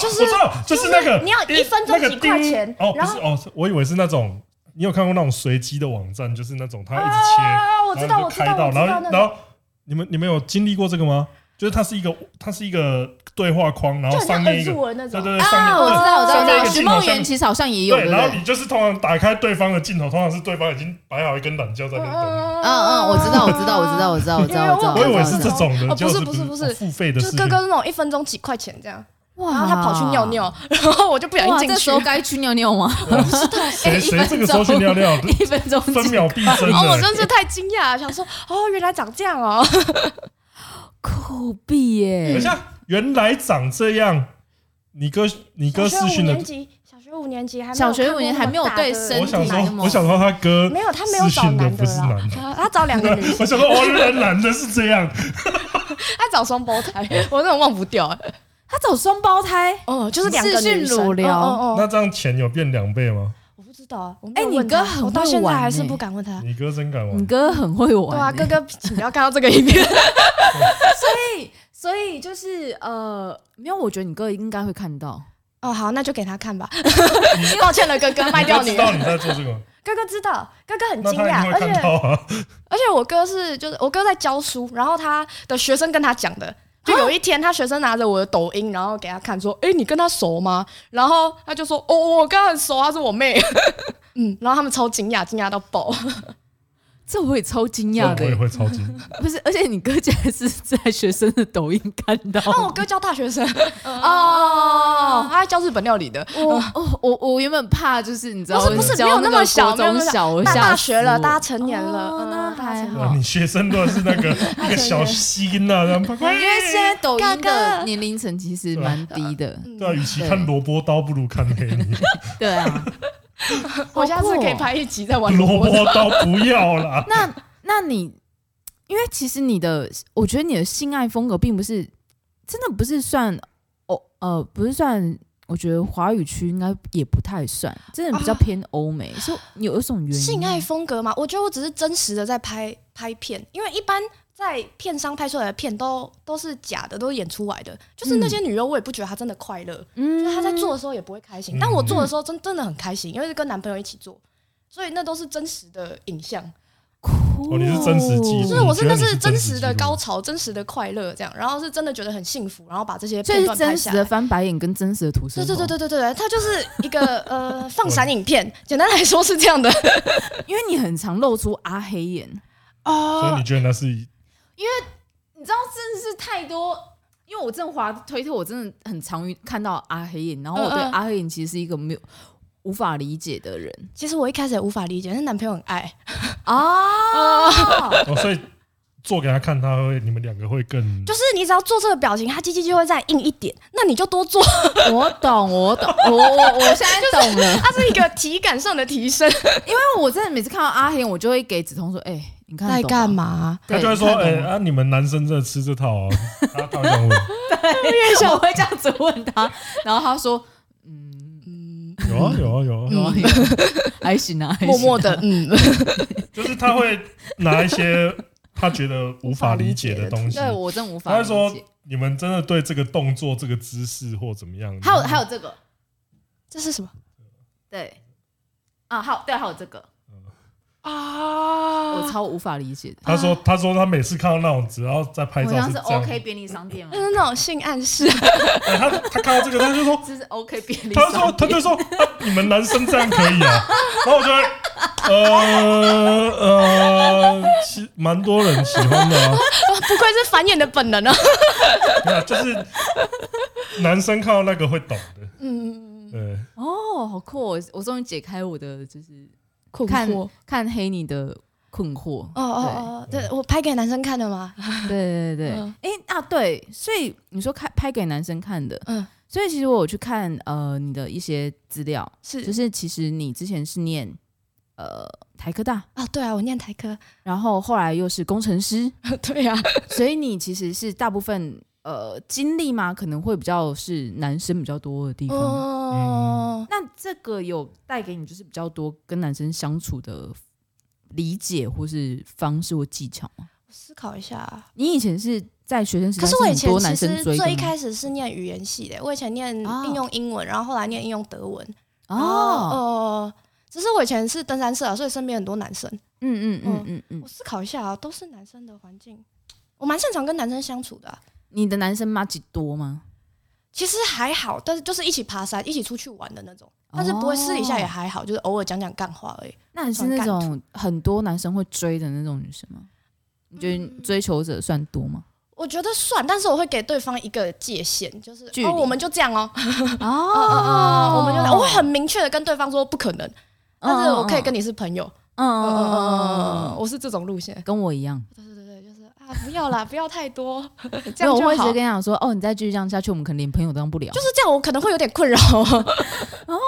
[SPEAKER 3] 就是
[SPEAKER 1] 就是那个
[SPEAKER 3] 你要一分钟几块钱
[SPEAKER 1] 哦，不
[SPEAKER 3] 然
[SPEAKER 1] 是
[SPEAKER 3] 后
[SPEAKER 1] 哦，是我以为是那种你有看过那种随机的网站，就是那种他一直切，
[SPEAKER 3] 啊，我知道，
[SPEAKER 1] 然后
[SPEAKER 3] 我
[SPEAKER 1] 你
[SPEAKER 3] 知
[SPEAKER 1] 就开
[SPEAKER 3] 道，
[SPEAKER 1] 到，
[SPEAKER 3] 我知道
[SPEAKER 1] 然后
[SPEAKER 3] 那
[SPEAKER 1] 然
[SPEAKER 3] 种。
[SPEAKER 1] 后你们你们有经历过这个吗？就是它是一个它是一个对话框，然
[SPEAKER 3] 就
[SPEAKER 1] 后
[SPEAKER 3] 很
[SPEAKER 1] 上
[SPEAKER 3] 像
[SPEAKER 1] 面一
[SPEAKER 3] 恩
[SPEAKER 1] 个
[SPEAKER 3] 助文那
[SPEAKER 1] 对
[SPEAKER 3] 种。
[SPEAKER 1] 对对，上面
[SPEAKER 2] 啊，我知道，我知
[SPEAKER 1] 上
[SPEAKER 2] 道我
[SPEAKER 1] 面一
[SPEAKER 2] 知道，
[SPEAKER 1] 个
[SPEAKER 2] 许
[SPEAKER 1] 镜头
[SPEAKER 2] 梦
[SPEAKER 1] 上
[SPEAKER 2] 圆其实好像也有，
[SPEAKER 1] 对，
[SPEAKER 2] 对不
[SPEAKER 1] 然后
[SPEAKER 2] 对
[SPEAKER 1] 你？就是通常打开对方的镜头，通常是对方已经摆好一根懒觉在那边等你。
[SPEAKER 2] 嗯嗯，我知道，我知道，我知道，我知道，我知道，我知道。
[SPEAKER 1] 我以为
[SPEAKER 2] 知
[SPEAKER 1] 是这
[SPEAKER 2] 道
[SPEAKER 1] 种的，
[SPEAKER 3] 哦
[SPEAKER 1] 就是
[SPEAKER 3] 不是不是
[SPEAKER 1] 哦付费的
[SPEAKER 3] 就
[SPEAKER 1] 事
[SPEAKER 3] 是
[SPEAKER 1] 情。
[SPEAKER 3] 哥哥那种一分钟几块钱这样，
[SPEAKER 2] 哇
[SPEAKER 3] 然后他跑去尿，尿， 然后我就不小
[SPEAKER 2] 啊哇，
[SPEAKER 3] 心
[SPEAKER 2] 这
[SPEAKER 3] 进
[SPEAKER 2] 时
[SPEAKER 3] 去
[SPEAKER 2] 候。该去尿尿吗？
[SPEAKER 1] 谁
[SPEAKER 2] 哎
[SPEAKER 1] 谁这个
[SPEAKER 2] 一分钟
[SPEAKER 1] 时候去尿尿，
[SPEAKER 2] 一分钟
[SPEAKER 1] 分秒必争
[SPEAKER 3] 哦，我
[SPEAKER 1] 的。
[SPEAKER 3] 真是太惊讶了，想说哦，原来长这样哦。
[SPEAKER 2] 酷毙
[SPEAKER 1] 等一
[SPEAKER 2] 耶！
[SPEAKER 1] 下，原来长这样，你哥你哥视
[SPEAKER 3] 小学五
[SPEAKER 1] 讯的
[SPEAKER 3] 年，级，小学五年级还没有
[SPEAKER 2] 小学五年还
[SPEAKER 3] 看过那么
[SPEAKER 2] 没有对
[SPEAKER 3] 大的
[SPEAKER 2] 身
[SPEAKER 1] 我
[SPEAKER 2] 体
[SPEAKER 1] 想
[SPEAKER 2] 来的吗
[SPEAKER 1] 说，我想说他哥
[SPEAKER 3] 没有，他没有
[SPEAKER 1] 视
[SPEAKER 3] 找
[SPEAKER 1] 讯的
[SPEAKER 3] 男
[SPEAKER 1] 不
[SPEAKER 3] 的
[SPEAKER 1] 是
[SPEAKER 3] 啦
[SPEAKER 1] 男，的。
[SPEAKER 3] 他他找两个女
[SPEAKER 1] 我
[SPEAKER 3] 生，
[SPEAKER 1] 想说，哦，原来男的是这样，
[SPEAKER 3] 他找双胞胎，我那种忘不掉。哎
[SPEAKER 2] 他找双胞胎，
[SPEAKER 3] 哦，就是两个
[SPEAKER 2] 视讯
[SPEAKER 3] 女生
[SPEAKER 2] 裸聊
[SPEAKER 3] 哦哦哦
[SPEAKER 1] 那这样钱有变两倍吗？
[SPEAKER 3] 我不知道啊。我没
[SPEAKER 2] 哎
[SPEAKER 3] 有
[SPEAKER 2] 你
[SPEAKER 3] 问他
[SPEAKER 2] 哥很
[SPEAKER 3] 我到
[SPEAKER 2] 会
[SPEAKER 3] 现在
[SPEAKER 2] 玩
[SPEAKER 3] 还是
[SPEAKER 2] 欸
[SPEAKER 3] 不敢问他。
[SPEAKER 1] 你哥真敢
[SPEAKER 2] 你
[SPEAKER 1] 玩，
[SPEAKER 2] 哥很会玩、
[SPEAKER 3] 对啊，
[SPEAKER 2] 欸
[SPEAKER 3] 哥哥，请不要看到这个影片。
[SPEAKER 2] 所以就是呃，没有，我觉得你哥应该会看到。
[SPEAKER 3] 哦，好，那就给他看 吧。抱歉了，哥哥，卖
[SPEAKER 1] 你哥
[SPEAKER 3] 掉你
[SPEAKER 1] 知道
[SPEAKER 3] 了。
[SPEAKER 1] 你在做这个吗，
[SPEAKER 3] 哥哥知道，哥哥很
[SPEAKER 1] 那
[SPEAKER 3] 惊
[SPEAKER 1] 他一
[SPEAKER 3] 讶，
[SPEAKER 1] 定
[SPEAKER 3] 而
[SPEAKER 1] 会看
[SPEAKER 3] 且
[SPEAKER 1] 到啊。
[SPEAKER 3] 而且我哥是就是我哥在教书，然后他的学生跟他讲的。就有一天，他学生拿着我的抖音，然后给他看，说：“哎、你跟他熟吗？”然后他就说：“哦，我跟他很熟，他是我妹。” 嗯，然后他们超惊讶，惊讶到爆。
[SPEAKER 2] 这我也超惊
[SPEAKER 1] 这
[SPEAKER 2] 讶
[SPEAKER 1] 我也
[SPEAKER 2] 的、
[SPEAKER 1] 会超级，
[SPEAKER 2] 不是？而且你哥竟然是在学生的抖音看 到
[SPEAKER 3] 那哦我哥教大学 生，哦，
[SPEAKER 2] 哦。
[SPEAKER 3] 他在教日本料理的。
[SPEAKER 2] 我哦，我我原本怕就是你知道，
[SPEAKER 3] 不是不是
[SPEAKER 2] 教
[SPEAKER 3] 没有那
[SPEAKER 2] 那
[SPEAKER 3] 么
[SPEAKER 2] 个
[SPEAKER 3] 小
[SPEAKER 2] 国
[SPEAKER 3] 没有那
[SPEAKER 2] 中
[SPEAKER 3] 么
[SPEAKER 2] 小，我
[SPEAKER 3] 大
[SPEAKER 2] 吓
[SPEAKER 3] 大
[SPEAKER 2] 死
[SPEAKER 3] 学了，
[SPEAKER 2] 我
[SPEAKER 3] 大家成年了，
[SPEAKER 2] 哦
[SPEAKER 3] 嗯
[SPEAKER 2] 那还
[SPEAKER 3] 大家成年
[SPEAKER 2] 好
[SPEAKER 3] 了
[SPEAKER 1] 哇你学生都是那 个那个小心呐，这样快快
[SPEAKER 2] 因为现在抖音
[SPEAKER 3] 哥
[SPEAKER 2] 的
[SPEAKER 3] 哥
[SPEAKER 2] 年龄层其实蛮低的，
[SPEAKER 1] 对啊，与其看萝卜刀，不如看黑你。
[SPEAKER 2] 对啊。
[SPEAKER 3] 嗯我下次可以
[SPEAKER 2] 好酷哦，
[SPEAKER 3] 拍一集在 玩
[SPEAKER 1] 萝卜刀不要啦
[SPEAKER 2] 那那你，因为其实你的，我觉得你的性爱风格并不是真的不是算哦呃，不是算，我觉得华语区应该也不太算，真的比较
[SPEAKER 3] 啊
[SPEAKER 2] 偏欧美，所以你有一种原因
[SPEAKER 3] 性爱
[SPEAKER 2] 吗
[SPEAKER 3] 风格嘛，我觉得我只是真实的在拍拍片，因为一般在片商拍出来的片都都是假的，都是演出来的。就是那些女优，我也不觉得她真的快乐，
[SPEAKER 2] 嗯
[SPEAKER 3] 就是她在做的时候也不会开心。
[SPEAKER 1] 嗯
[SPEAKER 3] 但我做的时候真真的很开心，因为是跟男朋友一起做，所以那都是真实的影像。
[SPEAKER 2] 酷
[SPEAKER 1] 哦你是真实记
[SPEAKER 3] 就
[SPEAKER 1] 录
[SPEAKER 3] 是我是
[SPEAKER 1] 你觉得
[SPEAKER 3] 那
[SPEAKER 1] 你
[SPEAKER 3] 是
[SPEAKER 1] 是
[SPEAKER 3] 真
[SPEAKER 1] 真
[SPEAKER 3] 实
[SPEAKER 1] 实记
[SPEAKER 3] 的
[SPEAKER 1] 录
[SPEAKER 3] 高潮，真实的快乐这样，然后是真的觉得很幸福，然后把这些
[SPEAKER 2] 所以
[SPEAKER 3] 片
[SPEAKER 2] 是
[SPEAKER 3] 段拍
[SPEAKER 2] 真
[SPEAKER 3] 下
[SPEAKER 2] 实
[SPEAKER 3] 来
[SPEAKER 2] 的。翻白眼跟真实的图
[SPEAKER 3] 对
[SPEAKER 2] 生，
[SPEAKER 3] 对对对，对对对，它就是一个呃放闪影片，简单来说是这样的。
[SPEAKER 2] 因为你很常露出阿黑眼，
[SPEAKER 3] 哦
[SPEAKER 1] 所以你觉得那是
[SPEAKER 2] 你知道真的是太多，因为我正滑推特，我真的很常遇看到阿黑眼，然后我对
[SPEAKER 3] 嗯嗯
[SPEAKER 2] 阿黑眼其实是一个没有无法理解的人
[SPEAKER 3] 其实我一开始也无法理解，但是男朋友很爱，
[SPEAKER 2] 啊。
[SPEAKER 1] 哦，所以做给他看，他会你们两个会更
[SPEAKER 3] 就是你只要做这个表情，他鸡鸡就会再硬一点，那你就多做，
[SPEAKER 2] 我懂，我懂，我我我现在懂 了，
[SPEAKER 3] 它是一个体感上的 提升。
[SPEAKER 2] 因啊为我真的每次看到阿黑，我就会给梓潼说：“哎、你看得懂吗？
[SPEAKER 3] 嘛？
[SPEAKER 1] 他
[SPEAKER 2] 对
[SPEAKER 1] 就会说，哎、，
[SPEAKER 2] 你看得懂吗
[SPEAKER 1] 啊，你们男生真的吃这套哦、他他会这样问，
[SPEAKER 2] 我会这样子问他，然后他说：嗯，
[SPEAKER 3] 嗯，
[SPEAKER 1] 有啊有啊有啊，
[SPEAKER 2] 有 啊有啊还行啊，还行啊
[SPEAKER 3] 默默 的，嗯，
[SPEAKER 1] 就是他会拿一些他觉得无法理解的东西，
[SPEAKER 2] 对我真的无
[SPEAKER 1] 他
[SPEAKER 2] 法
[SPEAKER 1] 会
[SPEAKER 2] 理
[SPEAKER 1] 说
[SPEAKER 2] 解。
[SPEAKER 1] 你们真的对这个动作、这个姿势或怎么样，
[SPEAKER 2] 还有还哦有这个，
[SPEAKER 3] 这是什么
[SPEAKER 2] 对啊，还有对，还有这个，
[SPEAKER 1] 嗯
[SPEAKER 3] 啊
[SPEAKER 2] 我超无法理解的。
[SPEAKER 1] 他说他说他每次看到那种只要在拍
[SPEAKER 2] 啊我
[SPEAKER 1] 照
[SPEAKER 2] 像
[SPEAKER 1] 是
[SPEAKER 2] 是
[SPEAKER 1] 这样，
[SPEAKER 2] OK 便利商店吗
[SPEAKER 3] 就？是那种性暗 示，
[SPEAKER 1] 哎他他看到这个他就 说。
[SPEAKER 2] 这是 OK 便利
[SPEAKER 1] 他
[SPEAKER 2] 商
[SPEAKER 1] 就说，
[SPEAKER 2] 店。
[SPEAKER 1] 他就说、啊，你们男生这样可以啊。然后我就会，呃呃，其蛮多人喜欢的啊。
[SPEAKER 3] 不愧是繁衍的本能啊！
[SPEAKER 1] 没有，就是男生看到那个会懂的。
[SPEAKER 3] 嗯，
[SPEAKER 1] 对，
[SPEAKER 2] 哦，好酷、哦！我终于解开我的就是
[SPEAKER 3] 困
[SPEAKER 2] 看
[SPEAKER 3] 惑。
[SPEAKER 2] 看黑你的困惑。
[SPEAKER 3] 哦哦哦，对我拍给男生看的嘛，
[SPEAKER 2] 对对对，哎、
[SPEAKER 3] 嗯
[SPEAKER 2] 啊对，所以你说看拍给男生看的，
[SPEAKER 3] 嗯，
[SPEAKER 2] 所以其实我有去看呃你的一些资料，
[SPEAKER 3] 是
[SPEAKER 2] 就是其实你之前是念呃台科大，
[SPEAKER 3] 啊，对啊，我念台科，
[SPEAKER 2] 然后后来又是工程师，
[SPEAKER 3] 对啊，
[SPEAKER 2] 所以你其实是大部分呃经历嘛，可能会比较是男生比较多的地方。
[SPEAKER 3] 哦，
[SPEAKER 2] 那这个有带给你就是比较多跟男生相处的理解或是方式或技巧吗？
[SPEAKER 3] 思考一下，
[SPEAKER 2] 你以前是在学生时代
[SPEAKER 3] 可
[SPEAKER 2] 是
[SPEAKER 3] 我以
[SPEAKER 2] 很
[SPEAKER 3] 前
[SPEAKER 2] 多
[SPEAKER 3] 其
[SPEAKER 2] 男生
[SPEAKER 3] 实
[SPEAKER 2] 追的
[SPEAKER 3] 最一
[SPEAKER 2] 吗
[SPEAKER 3] 开始是念语言系的，我以前念
[SPEAKER 2] 哦
[SPEAKER 3] 应用英文，然后后来念应用德文。然后
[SPEAKER 2] 哦，
[SPEAKER 3] 呃，只是我以前是登山社啊，所以身边很多男生。
[SPEAKER 2] 嗯嗯嗯
[SPEAKER 3] 哦
[SPEAKER 2] 嗯嗯
[SPEAKER 3] 我，思考一下啊，都是男生的环境，我蛮擅长跟男生相处的啊、
[SPEAKER 2] 你的男生妈几多吗？
[SPEAKER 3] 其实还好，但是就是一起爬山、一起出去玩的那种，但是不会私底下也还好，就是偶尔讲讲干话而已。
[SPEAKER 2] 那你是哦那种很多男生会追的那种女生吗？你觉得追求者算多吗？
[SPEAKER 3] 我觉得算，但是我会给对方一个界限，就是
[SPEAKER 2] 距
[SPEAKER 3] 哦，
[SPEAKER 2] 离
[SPEAKER 3] 我们就这样哦，
[SPEAKER 2] 哦，
[SPEAKER 3] 啊， 我们就我会很明确的跟对方说不可能，
[SPEAKER 2] 哦
[SPEAKER 3] 但是我可以跟
[SPEAKER 2] 你，
[SPEAKER 3] 你是朋友，
[SPEAKER 2] 嗯
[SPEAKER 3] 嗯嗯嗯嗯嗯
[SPEAKER 2] 嗯
[SPEAKER 3] 嗯，
[SPEAKER 2] 嗯，
[SPEAKER 3] 我是这种路线。
[SPEAKER 2] 跟我一样。
[SPEAKER 3] 对对对，就是啊，不要啦，不要太多，
[SPEAKER 2] 所以
[SPEAKER 3] 这样
[SPEAKER 2] 我会
[SPEAKER 3] 就
[SPEAKER 2] 直
[SPEAKER 3] 好
[SPEAKER 2] 接跟。你讲说，哦，你再继续这样下去，我们可能连朋友都当不 了。
[SPEAKER 3] 就是这样，我可能会有点困扰。哦
[SPEAKER 2] 哦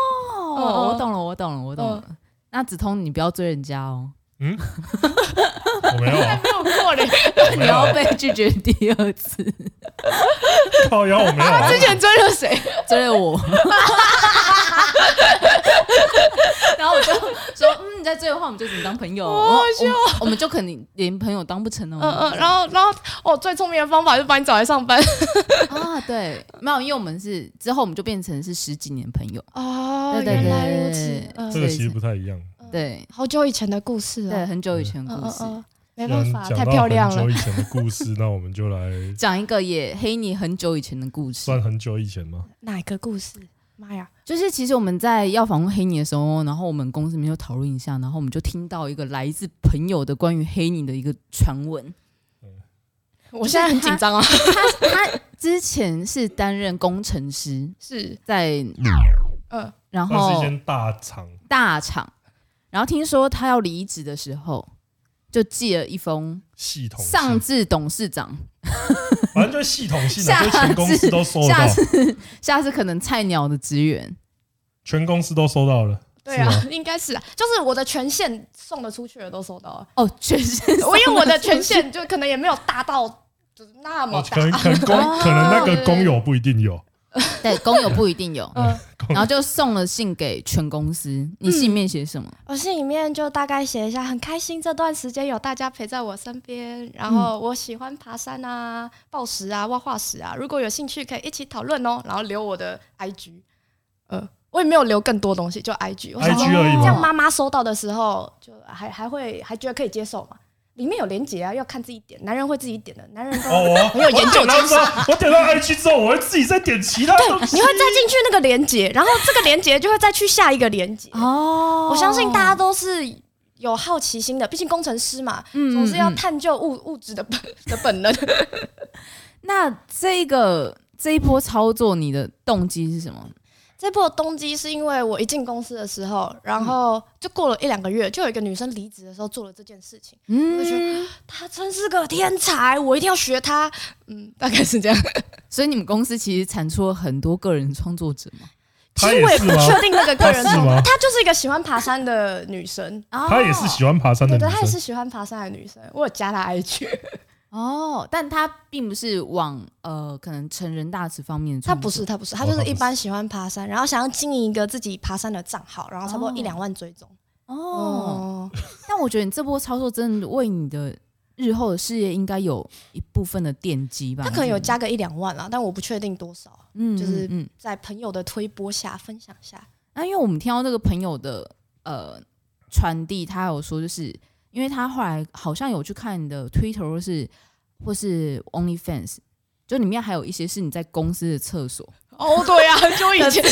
[SPEAKER 2] 哦，我懂了，我懂了，我懂了。那梓潼，你不要追人家哦。
[SPEAKER 1] 我没有啊，
[SPEAKER 3] 没有过 嘞，
[SPEAKER 1] 我
[SPEAKER 2] 你
[SPEAKER 1] 没有啊
[SPEAKER 2] 要，被拒绝第二次，
[SPEAKER 1] 靠腰我没有啊。
[SPEAKER 3] 之前追了谁？
[SPEAKER 2] 追了我， 然后我就说，嗯，你再追的话，我们就只能当朋友，
[SPEAKER 3] 好好笑
[SPEAKER 2] 我们我们就肯定连朋友当不成了。
[SPEAKER 3] 嗯嗯，然后然后哦，最聪明的方法就把你找来上班
[SPEAKER 2] 啊，对，没有，因为我们是之后我们就变成是十几年朋友，
[SPEAKER 3] 哦
[SPEAKER 2] 对对
[SPEAKER 3] 原来
[SPEAKER 2] 对
[SPEAKER 3] 如
[SPEAKER 2] 对
[SPEAKER 3] 此，
[SPEAKER 1] 这
[SPEAKER 3] 嗯，
[SPEAKER 1] 个其实不太一样，
[SPEAKER 2] 对
[SPEAKER 3] 好久以前的故事
[SPEAKER 2] 对，
[SPEAKER 3] 哦，
[SPEAKER 2] 很久以前的
[SPEAKER 3] 嗯
[SPEAKER 2] 故
[SPEAKER 3] 嗯
[SPEAKER 2] 事。
[SPEAKER 3] 嗯，没办法，
[SPEAKER 1] 既然
[SPEAKER 3] 太
[SPEAKER 1] 讲到
[SPEAKER 3] 漂亮了
[SPEAKER 1] 很久，以前的故 事，那我们就来
[SPEAKER 2] 讲一个也黑你很久以前的故事，
[SPEAKER 1] 算很久以前吗？
[SPEAKER 3] 哪一个故事？妈呀，
[SPEAKER 2] 就是其实我们在要访问黑你的时候，然后我们公司没有讨论一下，然后我们就听到一个来自朋友的关于黑你的一个传闻。
[SPEAKER 3] 我现在很紧张啊，
[SPEAKER 2] 他他之前是担任工程师，
[SPEAKER 3] 是，
[SPEAKER 2] 在
[SPEAKER 3] 嗯，
[SPEAKER 2] 然
[SPEAKER 1] 那是一
[SPEAKER 2] 后
[SPEAKER 1] 间大厂，
[SPEAKER 2] 大厂，然后听说他要离职的时候，就寄了一封
[SPEAKER 1] 系统性
[SPEAKER 2] 上至董事长，
[SPEAKER 1] 反正就是系统性的，
[SPEAKER 2] 下
[SPEAKER 1] 就全公司都收得
[SPEAKER 2] 下
[SPEAKER 1] 到，
[SPEAKER 2] 次下次可能菜鸟的职员，
[SPEAKER 1] 全公司都收到了。
[SPEAKER 3] 对
[SPEAKER 1] 是
[SPEAKER 3] 啊
[SPEAKER 1] 吗，
[SPEAKER 3] 应该是啊，就是我的权限送的出去的都收到 了，
[SPEAKER 2] 哦，全身
[SPEAKER 3] 我因为我的权限就可能也没有大到就是那么
[SPEAKER 1] 哦，
[SPEAKER 3] 大
[SPEAKER 1] 可，能可能工
[SPEAKER 2] 哦
[SPEAKER 1] 可能那个工友不一定有，
[SPEAKER 2] 对工友不一定 有，
[SPEAKER 3] 嗯，
[SPEAKER 2] 然后就送了信给全公司。你信里面写什么？
[SPEAKER 3] 我信里面就大概写一下，很开心这段时间有大家陪在我身边，然后
[SPEAKER 1] 嗯
[SPEAKER 3] 我喜欢爬山啊、暴食啊、挖化石啊，如果有兴趣可以一起讨论哦。然后留我的 IG，呃，我也没有留更多东西，就 IG。我想说
[SPEAKER 1] IG 嗯而已
[SPEAKER 3] 哦这样
[SPEAKER 1] 嘛，
[SPEAKER 3] 妈妈收到的时候，就还还会还觉得可以接受嘛？里面有连结啊，要看自己点，男人会自己点的，男人都
[SPEAKER 1] 哦，我
[SPEAKER 3] 很有研究
[SPEAKER 1] 我点到之后，我点到 IG 之后，我会自己再点其他东西
[SPEAKER 3] 你。会再进去那个连接，然后这个连接就会再去下一个连接。
[SPEAKER 2] 哦
[SPEAKER 3] 嗯我相信大家都是有好奇心的，毕竟工程师嘛，
[SPEAKER 2] 嗯
[SPEAKER 3] 总是要
[SPEAKER 2] 嗯嗯
[SPEAKER 3] 探究物物质的本的本能。
[SPEAKER 2] 那这个这一波操作，你的动机是什么？
[SPEAKER 3] 这波动机是因为我一进公司的时候，然后就过了一两个月，就有一个女生离职的时候做了这件事情，我就觉
[SPEAKER 2] 嗯，
[SPEAKER 3] 她真是个天才，我一定要学她。嗯，大概是这样。
[SPEAKER 2] 所以你们公司其实产出了很多个人创作者嘛？
[SPEAKER 3] 其
[SPEAKER 1] 她
[SPEAKER 3] 实
[SPEAKER 1] 也
[SPEAKER 3] 我也
[SPEAKER 1] 是
[SPEAKER 3] 不
[SPEAKER 1] 吗
[SPEAKER 3] 确定那个个人
[SPEAKER 1] 她是
[SPEAKER 3] 动机
[SPEAKER 1] 吗
[SPEAKER 3] 她就是一个喜欢爬山的 女生。
[SPEAKER 1] 她也是喜欢爬山的
[SPEAKER 3] 哦对
[SPEAKER 1] 女
[SPEAKER 3] 对，她也
[SPEAKER 1] 生，
[SPEAKER 3] 是喜欢爬山的女生，我有加她 IG。
[SPEAKER 2] 哦，但他并不是往呃，可能成人大词方面的
[SPEAKER 3] 他
[SPEAKER 2] 创
[SPEAKER 3] 不
[SPEAKER 2] 作，
[SPEAKER 3] 是，他不是，他
[SPEAKER 1] 哦
[SPEAKER 3] 就
[SPEAKER 1] 他
[SPEAKER 3] 是
[SPEAKER 1] 不
[SPEAKER 3] 一
[SPEAKER 1] 是
[SPEAKER 3] 般喜欢爬山，然后想要经营一个自己爬山的账号，然后差不多
[SPEAKER 2] 哦
[SPEAKER 3] 一两万追踪。
[SPEAKER 2] 哦。
[SPEAKER 3] 哦，
[SPEAKER 2] 但我觉得你这波操作真的为你的日后的事业应该有一部分的奠基吧？
[SPEAKER 3] 他可能有
[SPEAKER 2] 我觉得，
[SPEAKER 3] 加个一两万啊啦，但我不确定多少，
[SPEAKER 2] 嗯
[SPEAKER 3] 就是
[SPEAKER 2] 嗯。嗯
[SPEAKER 3] 在朋友的推播下分享下。
[SPEAKER 2] 那因为我们听到那个朋友的呃传递，他有说，就是因为他后来好像有去看你的 Twitter 或是或是 OnlyFans，就里面还有一些是你在公司的厕所，
[SPEAKER 3] 哦，对 呀、很久以前